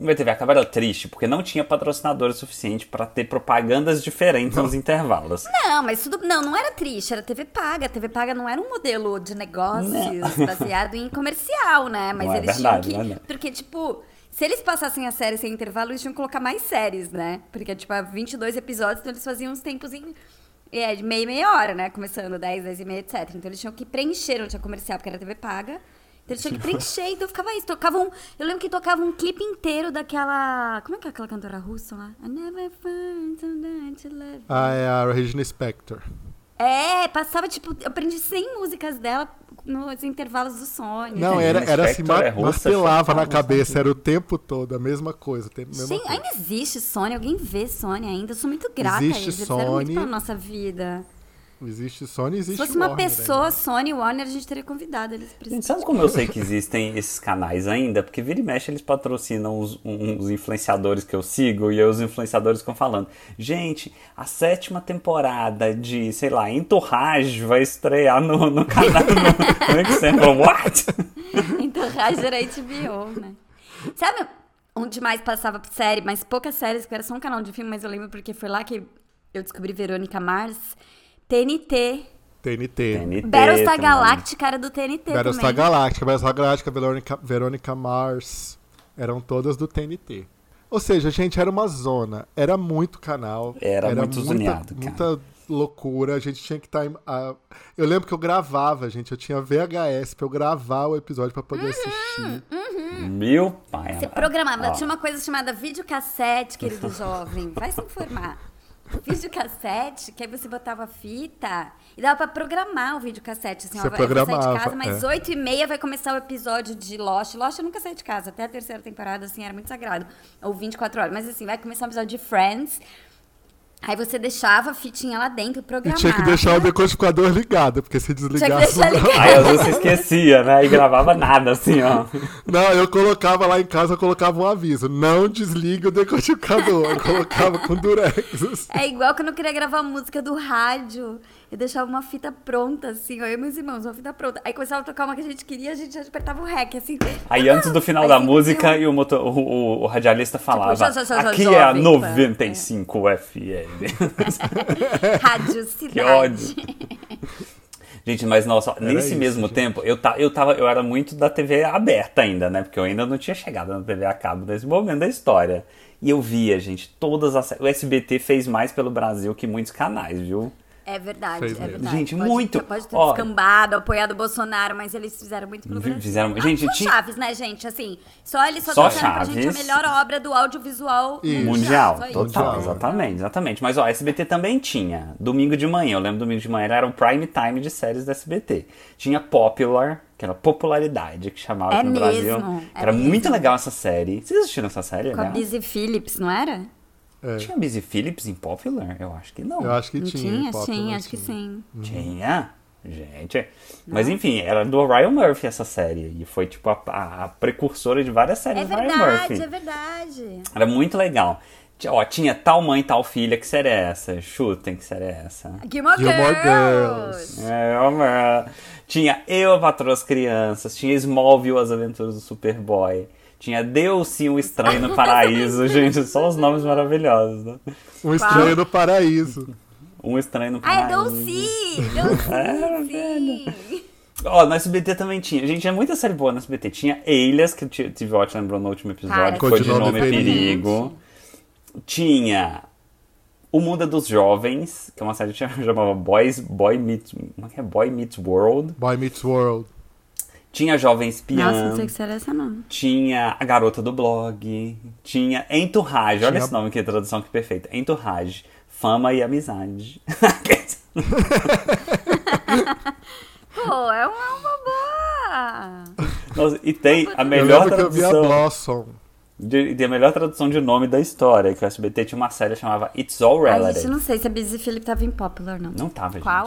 Speaker 3: Mas TV a cabo era triste, porque não tinha patrocinador o suficiente pra ter propagandas diferentes nos intervalos.
Speaker 1: Não, mas tudo. Não, não era triste, era TV paga. A TV paga não era um modelo de negócios baseado em comercial, né? Mas
Speaker 3: Não, é
Speaker 1: eles
Speaker 3: verdade,
Speaker 1: tinham que.
Speaker 3: verdade.
Speaker 1: Porque, tipo, se eles passassem a série sem intervalo, eles tinham que colocar mais séries, né? Porque, tipo, há 22 episódios, então eles faziam uns tempos em. É, de meia e meia hora, né? Começando 10, 10 e meia, etc. Então eles tinham que preencher, não tinha comercial, porque era TV paga. Então eles tinham que preencher, então ficava isso. Tocava um, eu lembro que tocava um clipe inteiro daquela. Como é que é aquela cantora russa lá? I never found someone to love you.
Speaker 4: Ah, é a Regina Spector.
Speaker 1: É, passava, tipo, eu aprendi 100 músicas dela nos intervalos do sonho.
Speaker 4: Não,
Speaker 3: Regina
Speaker 4: era, era assim,
Speaker 3: Spector
Speaker 4: ma
Speaker 3: é russa, chata,
Speaker 4: martelava na
Speaker 3: russa. né?
Speaker 4: cabeça, era o tempo todo, a mesma coisa. tem- mesma
Speaker 1: Gente,
Speaker 4: coisa.
Speaker 1: ainda existe Sônia? Alguém vê Sônia ainda? Eu sou muito grata a
Speaker 4: Existe
Speaker 1: eles. Eles eram muito
Speaker 4: Sônia.
Speaker 1: pra nossa vida.
Speaker 4: Existe Sony, existe
Speaker 1: Se fosse uma
Speaker 4: Warner
Speaker 1: pessoa,
Speaker 4: ainda.
Speaker 1: Sônia e Warner, a gente teria convidado eles pra
Speaker 3: Gente,
Speaker 1: esse-
Speaker 3: sabe como eu sei que existem esses canais ainda? Porque vira e mexe eles patrocinam uns, uns influenciadores que eu sigo e aí os influenciadores ficam falando. Gente, a sétima temporada de, sei lá, Entourage vai estrear no, no canal. No, no Excel. Eu falo, What?
Speaker 1: Então, Raj era HBO, né? Sabe onde mais passava série, mas poucas séries, que era só um canal de filme, mas eu lembro porque foi lá que eu descobri Verônica Mars. TNT.
Speaker 4: TNT.
Speaker 3: TNT,
Speaker 1: Battlestar
Speaker 3: mano.
Speaker 1: Galactica era do TNT
Speaker 4: É, Battlestar
Speaker 1: também.
Speaker 4: Galactica, Battlestar Galactica, Verônica, Verônica Mars. Eram todas do TNT. Ou seja, gente, era uma zona. Era muito canal.
Speaker 3: Era muito
Speaker 4: muita,
Speaker 3: zoneado, cara.
Speaker 4: Muita loucura. A gente tinha que estar... Eu lembro que eu gravava, gente. Eu tinha VHS pra eu gravar o episódio pra poder
Speaker 3: Ah,
Speaker 4: assistir.
Speaker 3: Meu pai.
Speaker 1: Você
Speaker 4: É.
Speaker 3: amado.
Speaker 1: programava,
Speaker 3: Ó.
Speaker 1: tinha uma coisa chamada videocassete, querido jovem. Vai se informar. Videocassete, que aí você botava a fita e dava pra programar o videocassete. Assim, ó,
Speaker 4: Você
Speaker 1: eu vou sair de
Speaker 4: programava,
Speaker 1: casa, mas
Speaker 4: é.
Speaker 1: oito e meia vai começar o episódio de Lost. Lost eu nunca saí de casa, até a terceira temporada, assim, era muito sagrado. Ou 24 horas. Mas assim, vai começar o episódio de Friends. Aí você deixava a fitinha lá dentro,
Speaker 4: E
Speaker 1: programava.
Speaker 4: tinha que deixar o decodificador ligado, porque se desligasse...
Speaker 1: deixar
Speaker 4: não-
Speaker 1: ligado.
Speaker 3: Aí às vezes você esquecia, né? E gravava nada, assim, ó.
Speaker 4: Não, eu colocava lá em casa, eu colocava um aviso. Não desligue o decodificador. Eu colocava com durex. assim.
Speaker 1: É igual quando eu queria gravar música do rádio. Eu deixava uma fita pronta, assim, ó, eu e meus irmãos, uma fita pronta. Aí começava a tocar uma que a gente queria, a gente já apertava o rec, assim.
Speaker 3: Aí antes do final
Speaker 1: Aí
Speaker 3: da
Speaker 1: você
Speaker 3: música,
Speaker 1: viu.
Speaker 3: e o, moto- o, o- o radialista falava:
Speaker 1: já, já, já, já,
Speaker 3: Aqui é a
Speaker 1: jovem,
Speaker 3: 95 FM.
Speaker 1: Rádio
Speaker 3: que
Speaker 1: Cidade.
Speaker 3: ódio. Gente, mas nossa, nesse
Speaker 4: isso,
Speaker 3: mesmo
Speaker 4: gente.
Speaker 3: tempo, eu, ta, eu, tava, eu era muito da TV aberta ainda, né? Porque eu ainda não tinha chegado na TV a cabo nesse momento da história. E eu via, gente, todas as. sé- O SBT fez mais pelo Brasil que muitos canais, viu?
Speaker 1: É verdade,
Speaker 4: Fez
Speaker 1: é
Speaker 4: mesmo.
Speaker 1: verdade.
Speaker 3: Gente,
Speaker 1: Pode-
Speaker 3: muito.
Speaker 1: Pode ter
Speaker 3: Ó.
Speaker 1: descambado, apoiado o Bolsonaro, mas eles fizeram muito pelo
Speaker 3: Vi-
Speaker 1: Brasil.
Speaker 3: fizeram-
Speaker 1: Ah,
Speaker 3: gente,
Speaker 1: só
Speaker 3: tinha-
Speaker 1: Chaves, né, gente? Assim, só ele só,
Speaker 3: Só
Speaker 1: tá dizendo pra gente a
Speaker 3: Chaves.
Speaker 1: melhor obra do audiovisual
Speaker 4: Isso.
Speaker 3: Mundial,
Speaker 1: só isso,
Speaker 3: total,
Speaker 1: né?
Speaker 3: exatamente, exatamente. Mas ó, a SBT também tinha. Domingo de manhã, eu lembro domingo de manhã, era o prime time de séries da SBT. Tinha Popular, que era popularidade, que chamava
Speaker 1: É
Speaker 3: aqui no Brasil.
Speaker 1: mesmo, é
Speaker 3: era
Speaker 1: mesmo.
Speaker 3: muito legal essa série. Vocês assistiram essa série,
Speaker 1: Com a
Speaker 3: né?
Speaker 1: Busy Phillips, não era?
Speaker 3: Tinha a Busy Phillips em Popular? Eu acho que não.
Speaker 4: Eu acho que
Speaker 1: Não
Speaker 4: tinha.
Speaker 1: tinha?
Speaker 4: Pop,
Speaker 1: Tinha,
Speaker 4: não
Speaker 1: acho que sim.
Speaker 3: Tinha? Gente. é. Mas enfim, era do Ryan Murphy essa série. E foi tipo a, a- a precursora de várias séries
Speaker 1: É
Speaker 3: do Ryan Murphy.
Speaker 1: verdade, é verdade.
Speaker 3: Era muito legal. Ti- Ó, tinha tal mãe, tal filha, que série é essa? Chutem, que série é essa?
Speaker 1: Gilmore,
Speaker 4: Gilmore
Speaker 1: Girls.
Speaker 3: É, amor. Tinha Eu, a Patroa as Crianças, tinha Smallville, As Aventuras do Superboy, tinha Deus Sim, um Estranho no Paraíso, gente, só os nomes maravilhosos, né?
Speaker 4: Um estranho no paraíso.
Speaker 3: Um Estranho no
Speaker 1: Ah, é
Speaker 3: Paraíso.
Speaker 1: Dulce! Dulce, sim!
Speaker 3: Ó, no SBT também tinha. Gente, é muita série boa no SBT. Tinha Elias, que o Ti- TV Watch lembrou no último
Speaker 1: Cara,
Speaker 3: episódio, que foi de
Speaker 4: Codinome
Speaker 3: nome Perigo. Tinha O Mundo é dos Jovens, que é uma série que chamava Boys, Boy Meets, como é que é? Boy Meets World.
Speaker 4: Boy Meets World.
Speaker 3: Tinha Jovens
Speaker 1: Nossa, não
Speaker 3: Pian.
Speaker 1: sei que será essa não.
Speaker 3: Tinha A Garota do Blog. Tinha Entourage. Olha
Speaker 4: Tinha-
Speaker 3: esse nome que tradução que perfeita. Entourage. Fama e amizade.
Speaker 1: Pô, é uma, uma boa!
Speaker 3: Nossa, e tem a
Speaker 4: eu
Speaker 3: melhor
Speaker 4: lembro que eu vi a
Speaker 3: tradução.
Speaker 4: Blossom.
Speaker 3: De, de a melhor tradução de nome da história, que o SBT tinha uma série chamava It's All
Speaker 1: A
Speaker 3: Relative.
Speaker 1: gente não sei se a Busy Philip tava em Popular, não.
Speaker 3: Não tava,
Speaker 1: Qual?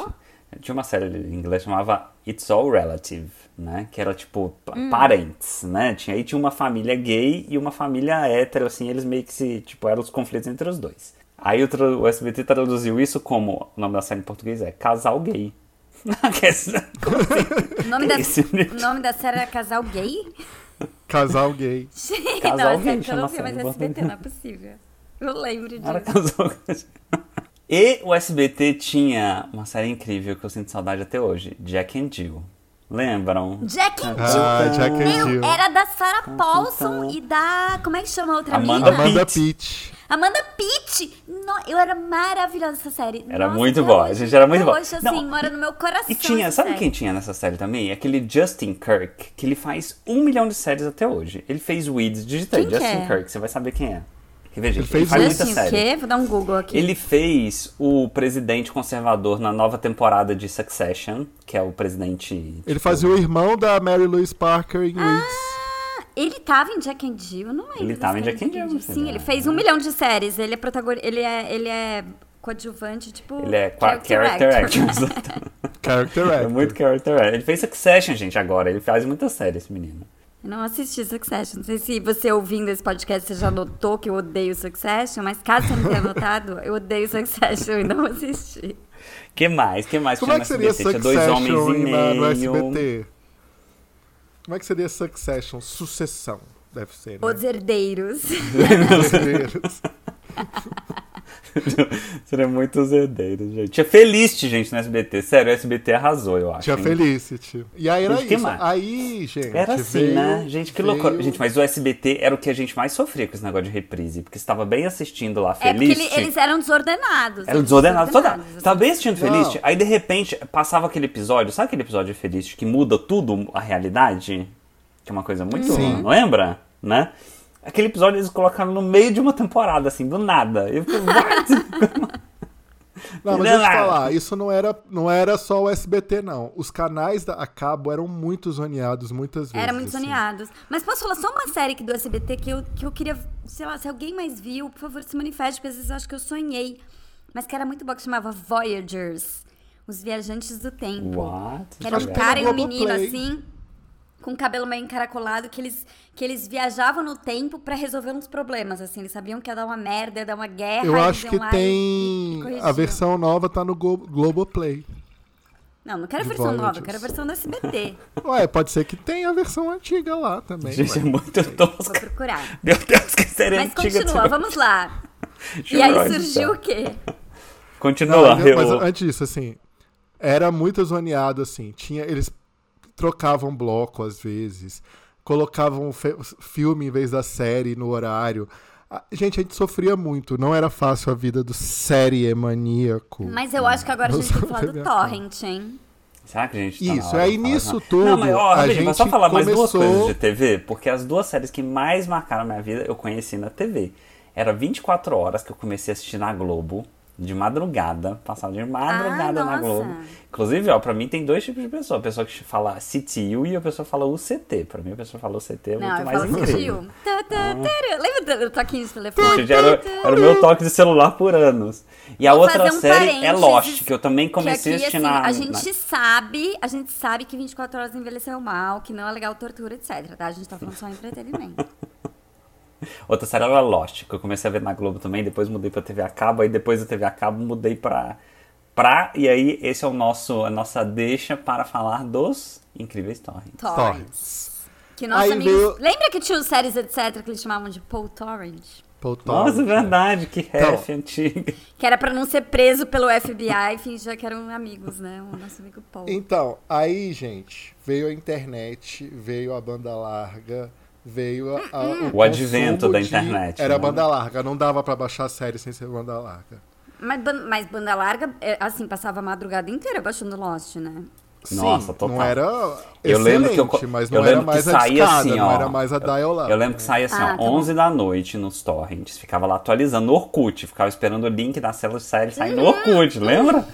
Speaker 3: gente. Tinha uma série em inglês que chamava It's All Relative, né? Que era tipo pa- parentes, né? Tinha, aí tinha uma família gay e uma família hétero, assim, eles meio que se. Tipo, eram os conflitos entre os dois. Aí o, tra- o SBT traduziu isso como. O nome da série em português é Casal Gay. Que isso? Como assim?
Speaker 1: O nome,
Speaker 3: Que
Speaker 1: da,
Speaker 3: isso, né?
Speaker 1: o nome da série era Casal Gay?
Speaker 4: Casal gay.
Speaker 1: Gente,
Speaker 3: Casal
Speaker 1: não, essa época
Speaker 3: Gay
Speaker 1: eu
Speaker 3: chama
Speaker 1: não
Speaker 3: a
Speaker 1: vi,
Speaker 3: série,
Speaker 1: mas
Speaker 3: bota
Speaker 1: SBT
Speaker 3: aí.
Speaker 1: não é possível. Eu lembro
Speaker 3: Era
Speaker 1: disso.
Speaker 3: casal. E o SBT tinha uma série incrível que eu sinto saudade até hoje, Jack and Jill. Lembram?
Speaker 1: Jack and Jill!
Speaker 4: Ah, Jack and
Speaker 1: Meu,
Speaker 4: Jill.
Speaker 1: era da Sarah Paulson
Speaker 3: tum.
Speaker 1: e da. Como é que chama a outra
Speaker 3: Amanda
Speaker 1: menina?
Speaker 4: Amanda
Speaker 3: Peach.
Speaker 4: Peach.
Speaker 1: Amanda Pitt! No- eu era maravilhosa essa série.
Speaker 3: Era
Speaker 1: Nossa,
Speaker 3: muito
Speaker 1: até
Speaker 3: boa,
Speaker 1: hoje-
Speaker 3: gente, era muito
Speaker 1: até
Speaker 3: boa.
Speaker 1: Hoje, assim,
Speaker 3: Não,
Speaker 1: mora no meu coração.
Speaker 3: E tinha,
Speaker 1: essa
Speaker 3: sabe
Speaker 1: série.
Speaker 3: quem tinha nessa série também? Aquele Justin Kirk, que ele faz um milhão de séries até hoje. Ele fez Weeds, digitei
Speaker 1: Quem que
Speaker 3: Justin
Speaker 1: é?
Speaker 3: Kirk, você vai saber quem é. Quer ver, gente? Ele,
Speaker 4: fez
Speaker 3: faz
Speaker 4: Weeds.
Speaker 3: muita
Speaker 1: Justin, o
Speaker 3: série.
Speaker 1: quê? Vou dar um Google aqui.
Speaker 3: Ele fez o presidente conservador na nova temporada de Succession, que é o presidente.
Speaker 4: Ele fazia o irmão da Mary Louise Parker em Weeds.
Speaker 1: Ah, ele tava em Jack and Jill, eu não lembro.
Speaker 3: Ele
Speaker 1: das
Speaker 3: tava em
Speaker 1: séries
Speaker 3: Jack and
Speaker 1: do
Speaker 3: Jill, Uhum.
Speaker 1: Sim,
Speaker 3: filha.
Speaker 1: ele fez um milhão de séries. Ele é protagonista. Ele é, ele é coadjuvante, tipo.
Speaker 3: Ele é qua- character actor.
Speaker 4: Character
Speaker 3: é
Speaker 4: actor.
Speaker 3: muito character actor. Ele fez Succession, gente, agora. Ele faz muita série, esse menino.
Speaker 1: Eu não assisti Succession. Não sei se você ouvindo esse podcast você já notou que eu odeio Succession, mas caso você não tenha notado, eu odeio Succession e não assisti.
Speaker 3: Que mais? Que mais?
Speaker 4: Como é
Speaker 3: tinha
Speaker 4: que seria
Speaker 3: no SBT? Tinha dois
Speaker 4: Succession
Speaker 3: homens e
Speaker 4: em- na- no
Speaker 3: meio.
Speaker 4: SBT? Como é que seria Succession? Sucessão, deve ser, né?
Speaker 1: Os Herdeiros.
Speaker 4: Os herdeiros.
Speaker 3: Seria muito zedeiro, gente. Tinha Felicity, gente, no SBT. Sério, o SBT arrasou, eu acho.
Speaker 4: Tinha
Speaker 3: hein?
Speaker 4: Felicity. E aí era
Speaker 3: Gente, que
Speaker 4: isso.
Speaker 3: mais?
Speaker 4: Aí, gente,
Speaker 3: Era assim,
Speaker 4: veio-
Speaker 3: né? Gente, que
Speaker 4: veio-
Speaker 3: loucura. Gente, mas o SBT era o que a gente mais sofria com esse negócio de reprise. Porque estava bem assistindo lá,
Speaker 1: É porque
Speaker 3: Felicity.
Speaker 1: ele- eles eram desordenados.
Speaker 3: Era
Speaker 1: eles
Speaker 3: desordenado. Toda...
Speaker 1: desordenados, assim.
Speaker 3: Tava bem assistindo
Speaker 4: Não.
Speaker 3: Felicity. Aí, de repente, passava aquele episódio. Sabe aquele episódio de Felicity que muda tudo a realidade? Que é uma coisa muito...
Speaker 4: Sim.
Speaker 3: Não lembra? Né? Aquele episódio eles colocaram no meio de uma temporada, assim, do nada. Eu fiquei, "What?"
Speaker 4: Não, mas deixa eu te
Speaker 3: Lá.
Speaker 4: falar, isso não era, não era só o SBT, não. Os canais da, a cabo eram muito zoneados muitas vezes.
Speaker 1: Era muito
Speaker 4: assim.
Speaker 1: zoneados. Mas posso falar só uma série que do SBT que eu, que eu queria, sei lá, se alguém mais viu, por favor, se manifeste, porque às vezes eu acho que eu sonhei. Mas que era muito boa, que chamava Voyagers. Os Viajantes do Tempo.
Speaker 3: What?
Speaker 1: Que era um
Speaker 4: Acho que
Speaker 1: cara
Speaker 4: tem
Speaker 1: e
Speaker 4: no
Speaker 1: um menino
Speaker 4: Globoplay.
Speaker 1: assim, com o cabelo meio encaracolado, que eles, que eles viajavam no tempo pra resolver uns problemas, assim. Eles sabiam que ia dar uma merda, ia dar uma guerra.
Speaker 4: Eu
Speaker 1: eles
Speaker 4: acho
Speaker 1: iam
Speaker 4: que
Speaker 1: lá e- um e- e
Speaker 4: tem.
Speaker 1: corrigiam.
Speaker 4: A versão nova tá no Glo Globoplay.
Speaker 1: Não, não quero a
Speaker 4: de
Speaker 1: versão nova, eu
Speaker 4: Voyagers.
Speaker 1: quero a versão do SBT.
Speaker 4: Ué, pode ser que tenha a versão antiga lá também.
Speaker 3: Gente, é
Speaker 4: ué.
Speaker 3: muito
Speaker 1: Vou
Speaker 3: tosca.
Speaker 1: procurar.
Speaker 3: Meu Deus, que série
Speaker 1: Mas
Speaker 3: antiga. Tá.
Speaker 1: continua, vamos lá. E aí surgiu o quê?
Speaker 4: Não,
Speaker 3: Continua, eu...
Speaker 4: mas antes disso, assim, era muito zoneado, assim. Tinha, eles trocavam bloco às vezes, colocavam fe- filme em vez da série no horário. A- Gente, a gente sofria muito. Não era fácil a vida do série maníaco.
Speaker 1: Mas eu acho que agora a gente tem que falar do Torrent, hein?
Speaker 3: Será que a gente tá na
Speaker 4: Isso,
Speaker 3: hora
Speaker 4: aí
Speaker 3: de falar
Speaker 4: nisso
Speaker 3: já?
Speaker 4: tudo,
Speaker 3: Não, mas, ó,
Speaker 4: a
Speaker 3: rapidinho, mas só
Speaker 4: gente
Speaker 3: falar mais duas
Speaker 4: começou-
Speaker 3: coisas de TV, porque as duas séries que mais marcaram a minha vida eu conheci na TV. Era 24 horas que eu comecei a assistir na Globo, de madrugada, passava de madrugada
Speaker 1: Ah,
Speaker 3: na
Speaker 1: nossa.
Speaker 3: Globo. Inclusive, ó, pra mim tem dois tipos de pessoa. A pessoa que fala CTU e a pessoa fala UCT. Pra mim a pessoa fala UCT é
Speaker 1: Não,
Speaker 3: muito
Speaker 1: eu
Speaker 3: mais
Speaker 1: falo
Speaker 3: incrível.
Speaker 1: assistiu. Tá, tá, tá, Lembra do toquinho de telefone?
Speaker 3: Gente, era, era o meu toque de celular por anos. E a
Speaker 1: Vou
Speaker 3: outra
Speaker 1: fazer um
Speaker 3: série é
Speaker 1: parênteses,
Speaker 3: Lost, que eu também
Speaker 1: que
Speaker 3: comecei
Speaker 1: aqui,
Speaker 3: a assistir
Speaker 1: assim,
Speaker 3: na.
Speaker 1: A
Speaker 3: na-
Speaker 1: gente sabe, a gente sabe que 24 horas envelheceu mal, que não é legal tortura, etc. Tá? A gente tá falando só em entretenimento.
Speaker 3: Outra série era Lost, que eu comecei a ver na Globo também, depois mudei pra TV a cabo, aí depois da TV a cabo mudei pra... pra e aí esse é o nosso, a nossa deixa para falar dos Incríveis Torrents.
Speaker 1: Torrents. Que
Speaker 4: Aí
Speaker 1: nossos amigos.
Speaker 4: veio-
Speaker 1: Lembra que tinha os séries, etc., que eles chamavam de Paul Torrent?
Speaker 4: Pô, Torrent,
Speaker 3: Nossa, é
Speaker 4: né?
Speaker 3: verdade, que
Speaker 4: Então-
Speaker 3: ref antiga.
Speaker 1: Que era pra não ser preso pelo FBI e fingir que eram amigos, né? O nosso amigo Paul.
Speaker 4: Então, aí, gente, veio a internet, veio a banda larga, veio a, a-
Speaker 1: Hum,
Speaker 3: O
Speaker 4: consumo
Speaker 3: advento da
Speaker 4: de-
Speaker 3: internet,
Speaker 4: Era
Speaker 3: né?
Speaker 4: banda larga, não dava pra baixar a série sem ser banda larga.
Speaker 1: Mas, ban- mas banda larga, é, assim, passava a madrugada inteira baixando Lost, né?
Speaker 3: Nossa, total.
Speaker 4: Não era
Speaker 3: Eu lembro que eu
Speaker 4: excelente,
Speaker 3: co-
Speaker 4: mas
Speaker 3: eu
Speaker 4: não era
Speaker 3: lembro que
Speaker 4: mais a
Speaker 3: saía
Speaker 4: discada,
Speaker 3: assim,
Speaker 4: não
Speaker 3: ó.
Speaker 4: era mais a dial
Speaker 3: Eu lembro que saía assim,
Speaker 1: Ah,
Speaker 3: ó,
Speaker 1: tá bom.
Speaker 3: 11 da noite nos torrents. Ficava lá atualizando no Orkut. Ficava esperando o link da célula de série sair
Speaker 1: Uhum.
Speaker 3: no Orkut, lembra?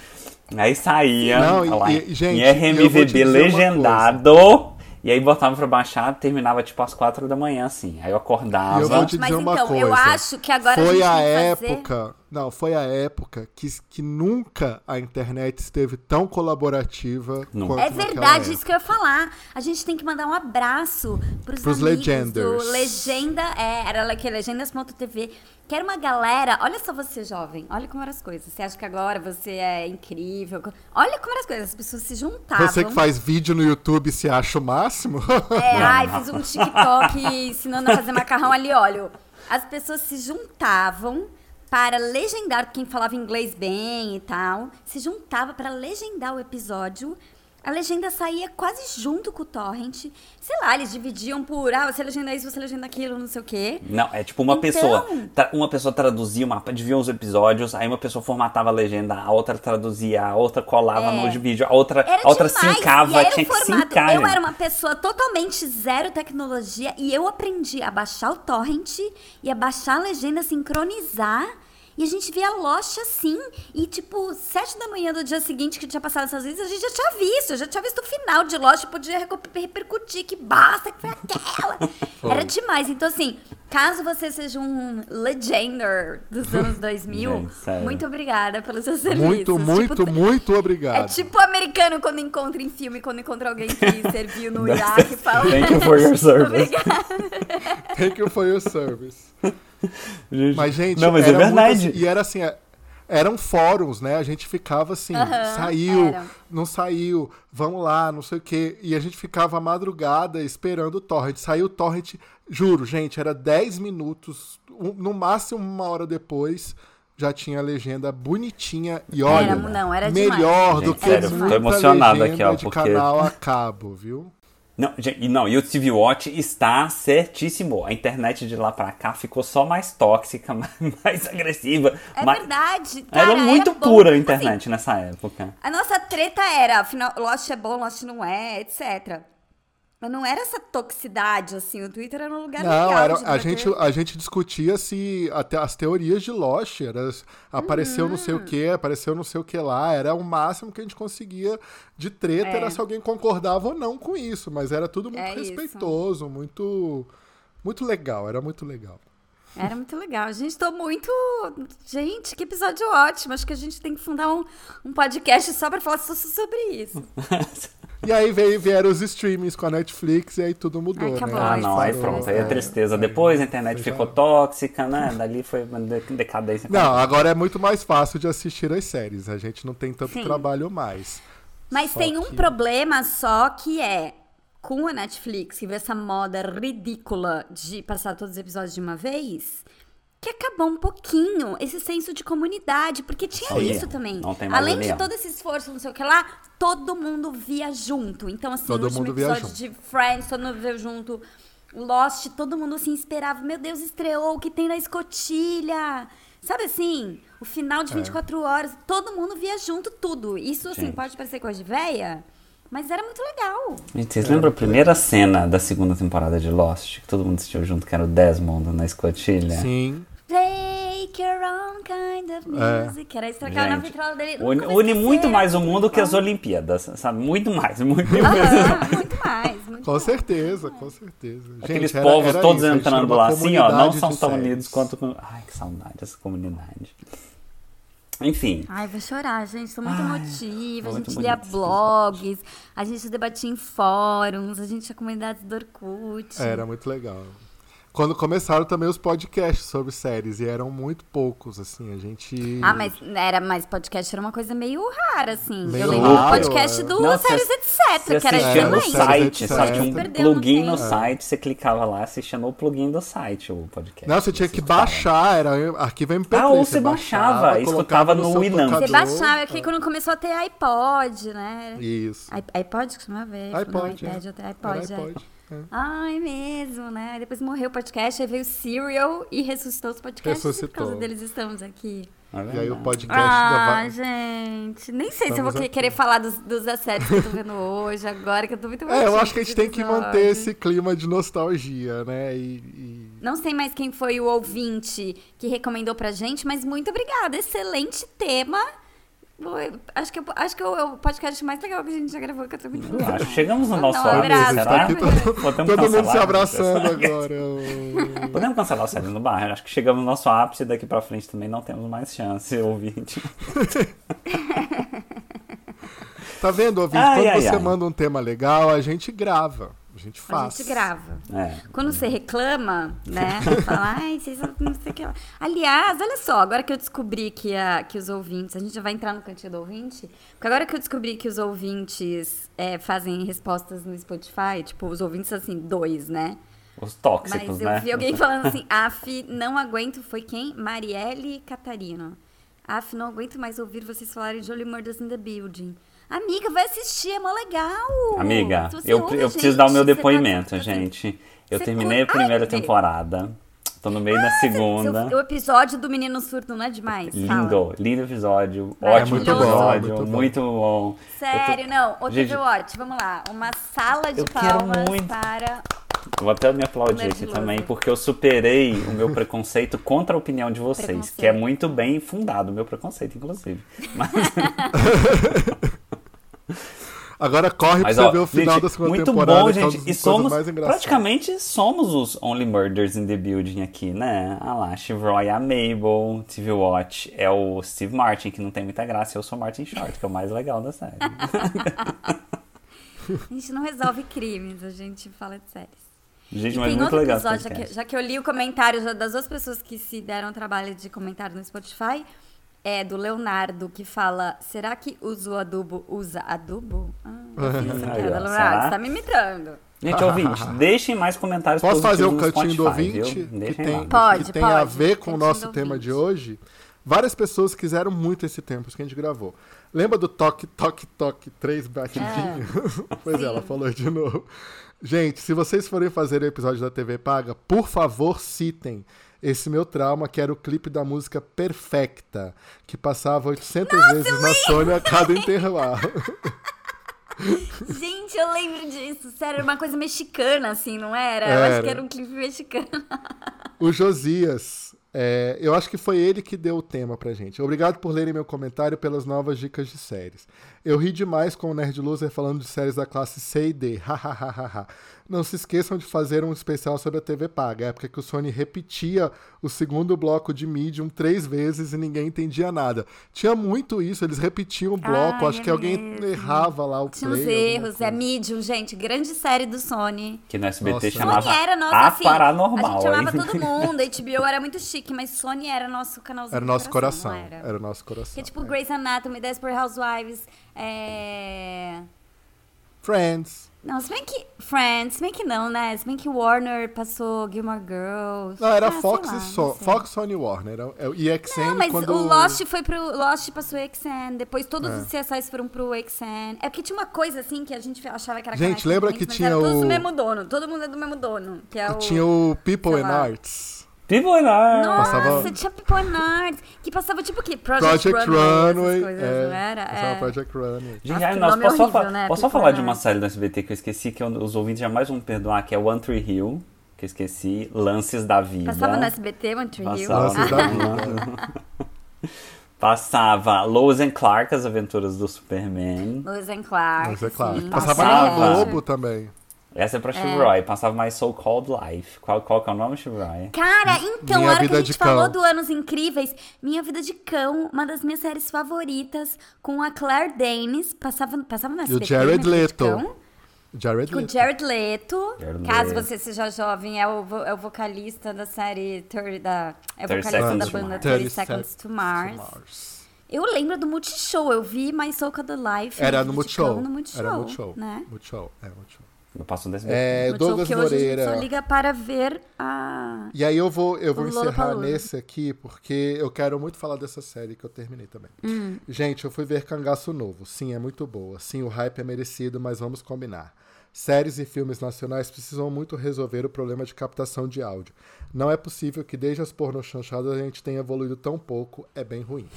Speaker 3: Aí saía
Speaker 4: Não, e-
Speaker 3: ó lá,
Speaker 4: e-
Speaker 3: em
Speaker 4: gente, eu vou te
Speaker 3: RMVB
Speaker 4: dizer uma
Speaker 3: legendado. E aí botava pra baixar, terminava tipo às 4 da manhã, assim. Aí eu
Speaker 4: E eu
Speaker 3: acordava.
Speaker 4: vou te dizer
Speaker 1: Mas
Speaker 4: uma
Speaker 1: então,
Speaker 4: coisa.
Speaker 1: eu acho que agora a
Speaker 4: foi
Speaker 1: gente
Speaker 4: a,
Speaker 1: tem que fazer-
Speaker 4: época. Não, foi a época que, que nunca a internet esteve tão colaborativa
Speaker 3: Nunca.
Speaker 4: quanto
Speaker 1: É
Speaker 4: naquela
Speaker 1: verdade,
Speaker 4: época.
Speaker 1: isso que eu ia falar. A gente tem que mandar um abraço pros,
Speaker 4: Pros
Speaker 1: amigos
Speaker 4: legenders.
Speaker 1: do Legenda, é, era lá que é legendas.tv, que era uma galera, olha só você jovem, olha como eram as coisas. Você acha que agora você é incrível? Olha como eram as coisas, as pessoas se juntavam.
Speaker 4: Você que faz vídeo no YouTube se acha o máximo?
Speaker 1: É, ai, fiz um TikTok ensinando a fazer macarrão ali, óleo. As pessoas se juntavam para legendar, quem falava inglês bem e tal, se juntava para legendar o episódio. A legenda saía quase junto com o torrent. Sei lá, eles dividiam por, ah, você legenda isso, você legenda aquilo, não sei o quê.
Speaker 3: Não, é tipo uma
Speaker 1: Então-
Speaker 3: pessoa. tra- Uma pessoa traduzia uma, devia os episódios, aí uma pessoa formatava a legenda, a outra traduzia, a outra colava
Speaker 1: É.
Speaker 3: no vídeo, a outra,
Speaker 1: Era
Speaker 3: a outra
Speaker 1: demais.
Speaker 3: sincava,
Speaker 1: e era
Speaker 3: tinha
Speaker 1: o
Speaker 3: que né?
Speaker 1: formato.
Speaker 3: sincar.
Speaker 1: Eu
Speaker 3: gente.
Speaker 1: era uma pessoa totalmente zero tecnologia e eu aprendi a baixar o torrent e a baixar a legenda, sincronizar. E a gente via Lost assim, e tipo, sete da manhã do dia seguinte que tinha passado essas vezes, a gente já tinha visto, eu já tinha visto o final de Lost, podia recu- repercutir, que basta, que foi aquela. Era demais. Então, assim, caso você seja um legender dos anos 2000,
Speaker 3: Gente, sério.
Speaker 1: muito obrigada pelos seus serviços.
Speaker 4: muito,
Speaker 1: Tipo,
Speaker 4: muito, muito obrigado.
Speaker 1: é tipo americano quando encontra em filme, quando encontra alguém que serviu no Iraque e fala.
Speaker 3: Thank you for your service.
Speaker 1: Obrigada.
Speaker 4: Thank you for your service.
Speaker 3: Gente,
Speaker 4: Mas, gente,
Speaker 3: não, mas
Speaker 4: era
Speaker 3: é verdade.
Speaker 4: muito assim- e era assim, é- eram fóruns, né? A gente ficava assim,
Speaker 1: Aham,
Speaker 4: saiu,
Speaker 1: era.
Speaker 4: não saiu, vamos lá, não sei o quê. E a gente ficava à madrugada esperando o torrent. Saiu o torrent, juro, gente, era 10 minutos, um- no máximo uma hora depois, já tinha a legenda bonitinha. E olha,
Speaker 1: não, era
Speaker 3: demais.
Speaker 4: melhor do
Speaker 3: Gente,
Speaker 4: que
Speaker 3: sério, tô
Speaker 4: muita
Speaker 3: emocionado aqui,
Speaker 4: legenda
Speaker 3: ó,
Speaker 4: de
Speaker 3: porque-
Speaker 4: canal a cabo, viu?
Speaker 3: Não, gente, e não, e o TV Watch está certíssimo. A internet de lá pra cá ficou só mais tóxica, mais, mais agressiva.
Speaker 1: É
Speaker 3: mais-
Speaker 1: verdade.
Speaker 3: Era
Speaker 1: Cara,
Speaker 3: muito
Speaker 1: bom.
Speaker 3: pura a
Speaker 1: Assim,
Speaker 3: internet nessa época.
Speaker 1: a nossa treta era, afinal, Lost é bom, Lost não é, etc. Mas não era essa toxicidade, assim. O Twitter era um lugar
Speaker 4: Não,
Speaker 1: legal.
Speaker 4: era,
Speaker 1: de
Speaker 4: a,
Speaker 1: debater.
Speaker 4: gente, a gente discutia se até as teorias de Lost, era, apareceu não
Speaker 1: Uhum.
Speaker 4: sei o que, apareceu não sei o que lá, era o máximo que a gente conseguia de treta, era se alguém concordava ou não com isso, mas era tudo muito
Speaker 1: É isso.
Speaker 4: respeitoso, muito muito legal, era muito legal.
Speaker 1: Era muito legal. Gente, tô muito. Gente, que episódio ótimo. Acho que a gente tem que fundar um, um podcast só pra falar so- sobre isso.
Speaker 4: E aí veio, vieram os streamings com a Netflix e aí tudo mudou,
Speaker 1: Ai,
Speaker 4: né?
Speaker 1: acabou,
Speaker 3: Ah,
Speaker 1: Pois,
Speaker 3: não, aí
Speaker 1: é,
Speaker 3: pronto,
Speaker 1: é,
Speaker 3: aí a
Speaker 1: é,
Speaker 3: tristeza. Depois a internet
Speaker 4: Foi
Speaker 3: ficou
Speaker 4: já-
Speaker 3: tóxica, né? Dali foi uma de- decadência.
Speaker 4: Não, agora é muito mais fácil de assistir as séries, a gente não tem tanto
Speaker 1: Sim.
Speaker 4: trabalho mais.
Speaker 1: Mas
Speaker 4: Só
Speaker 1: tem um
Speaker 4: que-
Speaker 1: problema só que é com a Netflix, que vê essa moda ridícula de passar todos os episódios de uma vez, que acabou um pouquinho esse senso de comunidade, porque tinha
Speaker 3: Sim,
Speaker 1: isso também.
Speaker 3: não tem mais
Speaker 1: Além de
Speaker 3: união.
Speaker 1: todo esse esforço, não sei o que lá, todo mundo via junto. Então, assim,
Speaker 4: Todo
Speaker 1: o último
Speaker 4: mundo via
Speaker 1: episódio de Friends, todo mundo via junto. Lost, todo mundo assim esperava, meu Deus, estreou o que tem na escotilha. Sabe assim, o final de 24 horas, todo mundo via junto tudo. Isso assim
Speaker 3: É. Gente.
Speaker 1: pode parecer coisa de véia, mas era muito legal.
Speaker 3: Gente, vocês lembram a primeira cena da segunda temporada de Lost? Que todo mundo assistiu junto, que era o Desmond na escotilha?
Speaker 4: Sim.
Speaker 1: Take your own kind of music. Era isso que tocava na vitrola dele.
Speaker 3: É. une,
Speaker 1: Nunca vou
Speaker 3: une
Speaker 1: esquecer,
Speaker 3: muito
Speaker 1: era
Speaker 3: mais o mundo que as
Speaker 1: bom.
Speaker 3: Olimpíadas, sabe? Muito mais, muito mais.
Speaker 1: Aham, muito mais, muito
Speaker 4: Com
Speaker 1: mais.
Speaker 4: certeza, com certeza.
Speaker 3: Aqueles
Speaker 4: Gente, era-
Speaker 3: povos
Speaker 4: era
Speaker 3: todos
Speaker 4: isso, a gente era
Speaker 3: entrando
Speaker 4: uma
Speaker 3: lá assim, ó, não
Speaker 4: comunidade
Speaker 3: são
Speaker 4: de
Speaker 3: tão
Speaker 4: séries.
Speaker 3: unidos quanto. com- Ai, que saudade dessa comunidade. Enfim,
Speaker 1: Ai, vou chorar, gente. Sou muito emotiva. A
Speaker 3: muito
Speaker 1: gente lia
Speaker 3: bonito.
Speaker 1: blogs, a gente debatia em fóruns, a gente tinha comunidades do Orkut.
Speaker 4: Era muito legal. Quando começaram também os podcasts sobre séries, e eram muito poucos, assim, a gente...
Speaker 1: Ah, mas era, mas podcast era uma coisa meio rara, assim.
Speaker 4: Meio
Speaker 1: eu lembro do
Speaker 3: raro,
Speaker 1: podcast
Speaker 4: é.
Speaker 1: do
Speaker 3: Não, você-
Speaker 1: Séries
Speaker 3: você
Speaker 1: Etc, que era
Speaker 3: assistia no
Speaker 1: excelente.
Speaker 4: Séries
Speaker 3: site,
Speaker 4: Etc.
Speaker 3: sabe? Tinha um
Speaker 1: Perdeu no
Speaker 3: plugin no
Speaker 1: tempo.
Speaker 3: site, você clicava lá, assistia no plugin do site o podcast. né?
Speaker 4: Não, você tinha que
Speaker 3: Escutava.
Speaker 4: baixar, era arquivo MP3.
Speaker 3: Ah, ou você baixava, escutava
Speaker 4: colocava
Speaker 3: no
Speaker 4: seu
Speaker 3: Winamp.
Speaker 1: Você
Speaker 4: tocador.
Speaker 1: baixava, porque quando começou a ter iPod, né?
Speaker 4: Isso.
Speaker 1: I- iPod que chamava?
Speaker 4: iPod,
Speaker 1: Não,
Speaker 4: é.
Speaker 1: iPad, até
Speaker 4: Era
Speaker 1: iPod, é. Ai, mesmo, né? Aí Depois morreu o podcast, aí veio o Serial e ressuscitou os podcasts. E por
Speaker 4: Ressuscitou.
Speaker 1: causa deles estamos aqui.
Speaker 3: É
Speaker 4: é. E aí o
Speaker 3: verdade.
Speaker 4: podcast
Speaker 1: Ah,
Speaker 4: da...
Speaker 1: gente. Nem sei se eu vou
Speaker 4: Estamos
Speaker 1: que-
Speaker 4: aqui.
Speaker 1: querer falar dos, dos assédios que eu tô vendo hoje, agora, que eu tô muito
Speaker 4: É, eu
Speaker 1: emotiva
Speaker 4: acho que a gente
Speaker 1: com
Speaker 4: tem que
Speaker 1: episódio.
Speaker 4: manter esse clima de nostalgia, né? E, e-
Speaker 1: Não sei mais quem foi o ouvinte que recomendou pra gente, mas muito obrigada. Excelente tema. Eu- Acho que, eu- acho que é o podcast mais legal que a gente já gravou, que eu tô muito
Speaker 3: Eu
Speaker 1: feliz.
Speaker 3: Acho que chegamos no
Speaker 1: Vou
Speaker 3: nosso
Speaker 1: dar um
Speaker 3: áudio,
Speaker 1: abraço.
Speaker 3: será?
Speaker 1: Tá aqui todo-
Speaker 3: Podemos
Speaker 4: Todo mundo
Speaker 3: cancelar,
Speaker 4: se
Speaker 3: gente?
Speaker 4: abraçando agora.
Speaker 3: Podemos cancelar o Série no Bar. eu Acho que chegamos no nosso ápice daqui pra frente também não temos mais chance, ouvinte.
Speaker 4: Tá vendo, ouvinte?
Speaker 3: Ai,
Speaker 4: Quando
Speaker 3: ai,
Speaker 4: você
Speaker 3: ai.
Speaker 4: manda um tema legal, a gente grava. A gente
Speaker 1: A
Speaker 4: faz.
Speaker 1: gente grava.
Speaker 3: É.
Speaker 1: Quando você reclama, né? Fala, ai, vocês não- não sei o que lá. Aliás, olha só, agora que eu descobri que, a, que os ouvintes. A gente já vai entrar no cantinho do ouvinte. Porque agora que eu descobri que os ouvintes é, fazem respostas no Spotify, tipo, os ouvintes, assim, dois, né?
Speaker 3: Os
Speaker 1: Mas
Speaker 3: tóxicos,
Speaker 1: eu
Speaker 3: né?
Speaker 1: vi alguém falando assim, af, não aguento, foi quem? Marielle Catarino. Af, não aguento mais ouvir vocês falarem de Only Murders in the Building. Amiga, vai assistir, é mó legal.
Speaker 3: Amiga,
Speaker 1: Se você
Speaker 3: eu,
Speaker 1: ouve a
Speaker 3: eu preciso
Speaker 1: gente,
Speaker 3: dar o meu
Speaker 1: você tá-
Speaker 3: depoimento,
Speaker 1: tá- tá-
Speaker 3: gente. Eu
Speaker 1: Você
Speaker 3: terminei a
Speaker 1: curte- Ai,
Speaker 3: primeira
Speaker 1: meu Deus.
Speaker 3: temporada. Tô no meio da segunda.
Speaker 1: Seu- é o episódio do Menino Surdo não é demais? Fala.
Speaker 3: Lindo, lindo episódio.
Speaker 1: Maravilhoso.
Speaker 3: Ótimo
Speaker 1: É muito bom,
Speaker 3: episódio.
Speaker 4: muito bom.
Speaker 3: Muito bom.
Speaker 1: Sério,
Speaker 3: Eu
Speaker 1: não. Outro
Speaker 3: Gente,
Speaker 1: Gente, Watch, vamos lá. Uma sala de
Speaker 3: eu quero
Speaker 1: palmas
Speaker 3: muito.
Speaker 1: para.
Speaker 3: tô- Vou até me aplaudir
Speaker 1: Maravilhoso.
Speaker 3: aqui também, porque eu superei o meu preconceito contra a opinião de vocês,
Speaker 1: Preconceito.
Speaker 3: que é muito bem fundado, o meu preconceito, inclusive. Mas,
Speaker 4: Agora corre
Speaker 3: mas,
Speaker 4: pra você
Speaker 3: ó,
Speaker 4: ver o final
Speaker 3: gente,
Speaker 4: da segunda
Speaker 3: muito
Speaker 4: temporada.
Speaker 3: bom,
Speaker 4: que é
Speaker 3: gente.
Speaker 4: uma das
Speaker 3: E
Speaker 4: coisas
Speaker 3: somos,
Speaker 4: mais engraçadas.
Speaker 3: praticamente somos os Only Murders in the Building aqui, né? Ah lá, Chivroy, a Mabel, TV Watch, é o Steve Martin, que não tem muita graça, eu sou o Martin Short, que é o mais legal da série.
Speaker 1: A gente não resolve crimes, a gente fala de séries.
Speaker 3: Gente,
Speaker 1: E
Speaker 3: mas
Speaker 1: tem
Speaker 3: muito
Speaker 1: outro
Speaker 3: legal.
Speaker 1: episódio,
Speaker 3: esse
Speaker 1: já que,
Speaker 3: podcast.
Speaker 1: já que eu li o comentário já das duas pessoas que se deram o trabalho de comentário no Spotify, é do Leonardo, que fala: será que usa o adubo? Usa adubo? Ah, eu fiz essa
Speaker 3: Aí,
Speaker 1: piada,
Speaker 3: ó,
Speaker 1: Leonardo,
Speaker 3: será?
Speaker 1: você tá me imitando.
Speaker 3: Gente, ouvinte, deixem mais comentários
Speaker 4: Posso fazer
Speaker 3: positivos
Speaker 4: um
Speaker 3: no
Speaker 4: cantinho do
Speaker 3: Spotify,
Speaker 4: ouvinte?
Speaker 3: viu?
Speaker 4: Que
Speaker 3: Deixem
Speaker 4: tem,
Speaker 3: lá.
Speaker 1: Pode,
Speaker 4: que tem a
Speaker 1: pode.
Speaker 4: ver com
Speaker 1: Cantinho
Speaker 4: o
Speaker 1: do
Speaker 4: nosso tema
Speaker 1: ouvinte.
Speaker 4: de hoje. Várias pessoas quiseram muito esse tempo, isso que a gente gravou. Lembra do toque, toque, toque, três batidinhos? pois é, ela falou de novo. Gente, se vocês forem fazer o episódio da TV Paga, por favor, citem esse meu trauma, que era o clipe da música Perfecta, que passava 800 vezes na Sônia a cada intervalo.
Speaker 1: Gente, eu lembro disso. Sério, era uma coisa mexicana, assim, não era? Eu acho
Speaker 4: Era.
Speaker 1: que era um clipe mexicano.
Speaker 4: O Josias, é, eu acho que foi ele que deu o tema pra gente. Obrigado por lerem meu comentário e pelas novas dicas de séries. Eu ri demais com o Nerd Loser falando de séries da classe C e D. Hahaha. Não se esqueçam de fazer um especial sobre a TV paga, a época que o Sony repetia o segundo bloco de Medium três vezes e ninguém entendia nada. Tinha muito isso, eles repetiam o bloco,
Speaker 1: Ai,
Speaker 4: acho
Speaker 1: é
Speaker 4: que alguém
Speaker 1: mesmo.
Speaker 4: errava lá o
Speaker 1: Tinha
Speaker 4: play.
Speaker 1: uns
Speaker 4: alguma
Speaker 1: erros, é Medium, gente, grande série do Sony.
Speaker 3: Que no SBT
Speaker 4: Nossa.
Speaker 3: chamava
Speaker 1: Sony era nossa,
Speaker 3: A
Speaker 1: assim,
Speaker 3: Paranormal.
Speaker 1: a gente chamava
Speaker 3: hein?
Speaker 1: todo mundo, HBO era muito chique, mas Sony era nosso canalzinho
Speaker 4: Era o
Speaker 1: do
Speaker 4: nosso coração.
Speaker 1: não era? é tipo
Speaker 4: Era o nosso coração.
Speaker 1: Que é tipo Grey's Anatomy, Desperate Housewives, é...
Speaker 4: Friends.
Speaker 1: Não, se bem que. Friends, se bem que não, né? Se bem que Warner passou Gilmore Girls.
Speaker 4: Não, era
Speaker 1: Ah, sei
Speaker 4: Fox
Speaker 1: lá,
Speaker 4: e
Speaker 1: não
Speaker 4: só.
Speaker 1: sei.
Speaker 4: Fox, Sony Warner. É o- E XN
Speaker 1: Não, mas
Speaker 4: quando...
Speaker 1: o Lost foi pro. Lost passou XN, depois todos
Speaker 4: É.
Speaker 1: os CSIs foram pro XN. É porque tinha uma coisa assim que a gente achava que era
Speaker 4: Gente,
Speaker 1: Connection
Speaker 4: lembra
Speaker 1: Points,
Speaker 4: que
Speaker 1: mas
Speaker 4: tinha
Speaker 1: era todos
Speaker 4: o-
Speaker 1: do mesmo dono, todo mundo é do mesmo dono. Que é o...
Speaker 4: Tinha o People
Speaker 1: sei
Speaker 4: and
Speaker 1: lá.
Speaker 4: Arts.
Speaker 3: People in Art.
Speaker 1: Nossa,
Speaker 4: Passava-
Speaker 1: tinha People and Arts, que passava tipo o quê? Project,
Speaker 4: Project
Speaker 1: Runway,
Speaker 4: Runway.
Speaker 1: essas coisas,
Speaker 4: é,
Speaker 1: não era?
Speaker 4: passava
Speaker 1: É.
Speaker 4: Project Runway.
Speaker 3: Gente,
Speaker 1: Nossa,
Speaker 3: ai,
Speaker 1: que
Speaker 3: nossa,
Speaker 1: nome
Speaker 3: posso, só
Speaker 1: horrível,
Speaker 3: fa-
Speaker 1: né? People
Speaker 3: posso só falar de
Speaker 1: in
Speaker 3: uma
Speaker 1: Art.
Speaker 3: série do SBT que eu esqueci, que eu- os ouvintes jamais vão me perdoar, que é One Tree Hill, que eu esqueci, Lances da Vida.
Speaker 1: Passava no SBT, One Tree Hill.
Speaker 3: Passava.
Speaker 4: Lances da né?
Speaker 3: Passava Lois and Clark, As Aventuras do Superman.
Speaker 1: Lewis and Clark. assim,
Speaker 4: Mas é claro.
Speaker 1: sim.
Speaker 4: Passava
Speaker 3: Passava.
Speaker 4: na Globo também.
Speaker 3: Essa é pra Chivroy, passava My So-Called Life. Qual, qual que é o nome, Chivroy?
Speaker 1: Cara, então,
Speaker 4: Minha
Speaker 1: a hora que
Speaker 4: Vida
Speaker 1: a gente
Speaker 4: de
Speaker 1: falou
Speaker 4: Cão.
Speaker 1: do Anos Incríveis, Minha Vida de Cão, uma das minhas séries favoritas, com a Claire Danes, passava, passava na
Speaker 4: E o Jared Leto. Jared
Speaker 1: né, Com o
Speaker 4: Leto.
Speaker 1: Jared Leto,
Speaker 3: Jared
Speaker 1: caso
Speaker 3: Leto.
Speaker 1: você seja jovem, é o, vo- é o vocalista da série, 30 da, é o
Speaker 3: 30
Speaker 1: vocalista da
Speaker 3: Seconds to
Speaker 1: banda
Speaker 3: Mars.
Speaker 1: 30 Seconds to Mars.
Speaker 4: Mars.
Speaker 1: Eu lembro do Multishow, eu vi My Soul Called Life. Minha Vida
Speaker 4: Era no
Speaker 1: de
Speaker 4: Multishow.
Speaker 1: Cão, no Multishow.
Speaker 4: Era Multishow.
Speaker 1: Né?
Speaker 4: Multishow. É, Multishow.
Speaker 3: Eu passo um desse
Speaker 4: É,
Speaker 1: Multishow
Speaker 4: Douglas
Speaker 1: que hoje a gente só
Speaker 4: Moreira.
Speaker 1: liga para ver a...
Speaker 4: E aí eu vou, eu vou
Speaker 1: O
Speaker 4: encerrar
Speaker 1: Lollapalooza.
Speaker 4: nesse aqui, porque eu quero muito falar dessa série que eu terminei também.
Speaker 1: Hum.
Speaker 4: Gente, eu fui ver Cangaço Novo. Sim, é muito boa. Sim, o hype é merecido, mas vamos combinar. Séries e filmes nacionais precisam muito resolver o problema de captação de áudio. Não é possível que desde as pornochanchadas a gente tenha evoluído tão pouco, é bem ruim.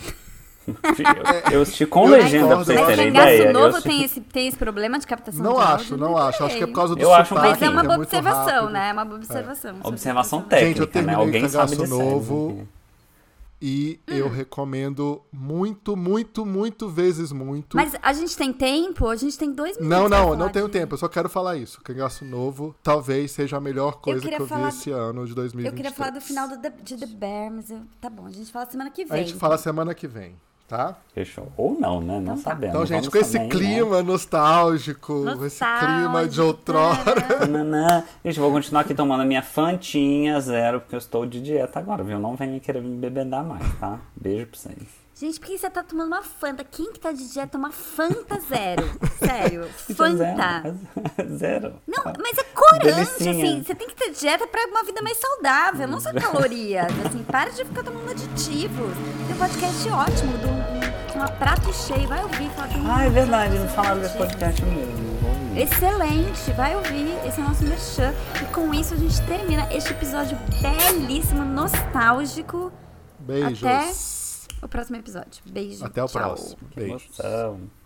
Speaker 3: Eu, eu assisti com
Speaker 4: Eu
Speaker 3: legenda pra
Speaker 4: concordo,
Speaker 3: vocês
Speaker 4: eu
Speaker 1: Mas
Speaker 3: terem
Speaker 4: acho que Cangaço
Speaker 3: ideia.
Speaker 1: Cangaço
Speaker 3: Eu
Speaker 1: Novo
Speaker 3: assisti-
Speaker 1: tem esse, tem esse problema de captação
Speaker 4: Não
Speaker 1: de
Speaker 4: acho,
Speaker 1: áudio?
Speaker 4: não acho. Acho que é por causa do
Speaker 3: Eu acho um
Speaker 4: sotaque,
Speaker 1: Mas
Speaker 3: Aqui,
Speaker 1: é uma
Speaker 4: que
Speaker 1: boa
Speaker 4: muito
Speaker 1: observação,
Speaker 4: rápido.
Speaker 1: né? É uma boa observação. sobre
Speaker 3: Observação
Speaker 1: isso.
Speaker 3: técnica,
Speaker 4: Gente, eu
Speaker 3: né?
Speaker 4: terminei
Speaker 3: Alguém sabe né?
Speaker 4: Cangaço
Speaker 3: de
Speaker 4: Novo.
Speaker 3: séries aqui.
Speaker 4: E eu
Speaker 1: Hum.
Speaker 4: recomendo muito, muito, muito vezes muito.
Speaker 1: Mas a gente tem tempo? A gente tem dois minutos.
Speaker 4: Não,
Speaker 1: pra
Speaker 4: não,
Speaker 1: falar
Speaker 4: não tenho
Speaker 1: de-
Speaker 4: tempo. Eu só quero falar isso. Cangaço Novo talvez seja a melhor coisa
Speaker 1: queria
Speaker 4: que eu vi
Speaker 1: falar do-
Speaker 4: esse ano de 2023.
Speaker 1: Eu queria falar do final do The- de The Bear, mas eu- tá bom, a gente fala semana que
Speaker 4: A
Speaker 1: vem.
Speaker 4: gente fala semana que vem, tá?
Speaker 3: Fechou. Ou não, né? Não
Speaker 1: Então tá.
Speaker 3: sabemos.
Speaker 4: Então, gente,
Speaker 3: vamos
Speaker 4: com esse
Speaker 3: também, né?
Speaker 4: clima nostálgico, esse clima de outrora.
Speaker 1: né?
Speaker 3: Nananã. Gente, eu vou continuar aqui tomando a minha fantinha zero, porque eu estou de dieta agora, viu? Não venha querer me bebedar mais, tá? Beijo pra vocês.
Speaker 1: Gente, por que você tá tomando uma Fanta? Quem que tá de dieta toma Fanta zero? Sério, Fanta.
Speaker 3: Então, Zero. Zero.
Speaker 1: Não,
Speaker 4: Tá.
Speaker 1: mas é corante,
Speaker 3: Delicinha.
Speaker 1: assim. Você tem que ter dieta pra uma vida mais saudável, não
Speaker 4: Hum.
Speaker 1: só calorias. Assim, para de ficar tomando aditivos. Tem um podcast ótimo do, de uma prato cheio. Vai ouvir, fala que
Speaker 3: Ah, é verdade, não falaram desse podcast mesmo. Vou ouvir.
Speaker 1: Excelente, vai ouvir. Esse é o nosso merchan. E com isso a gente termina este episódio belíssimo, nostálgico.
Speaker 4: Beijos.
Speaker 1: O próximo episódio. Beijo.
Speaker 4: Até o
Speaker 1: tchau.
Speaker 4: próximo.
Speaker 3: Que
Speaker 4: Beijos.
Speaker 3: emoção.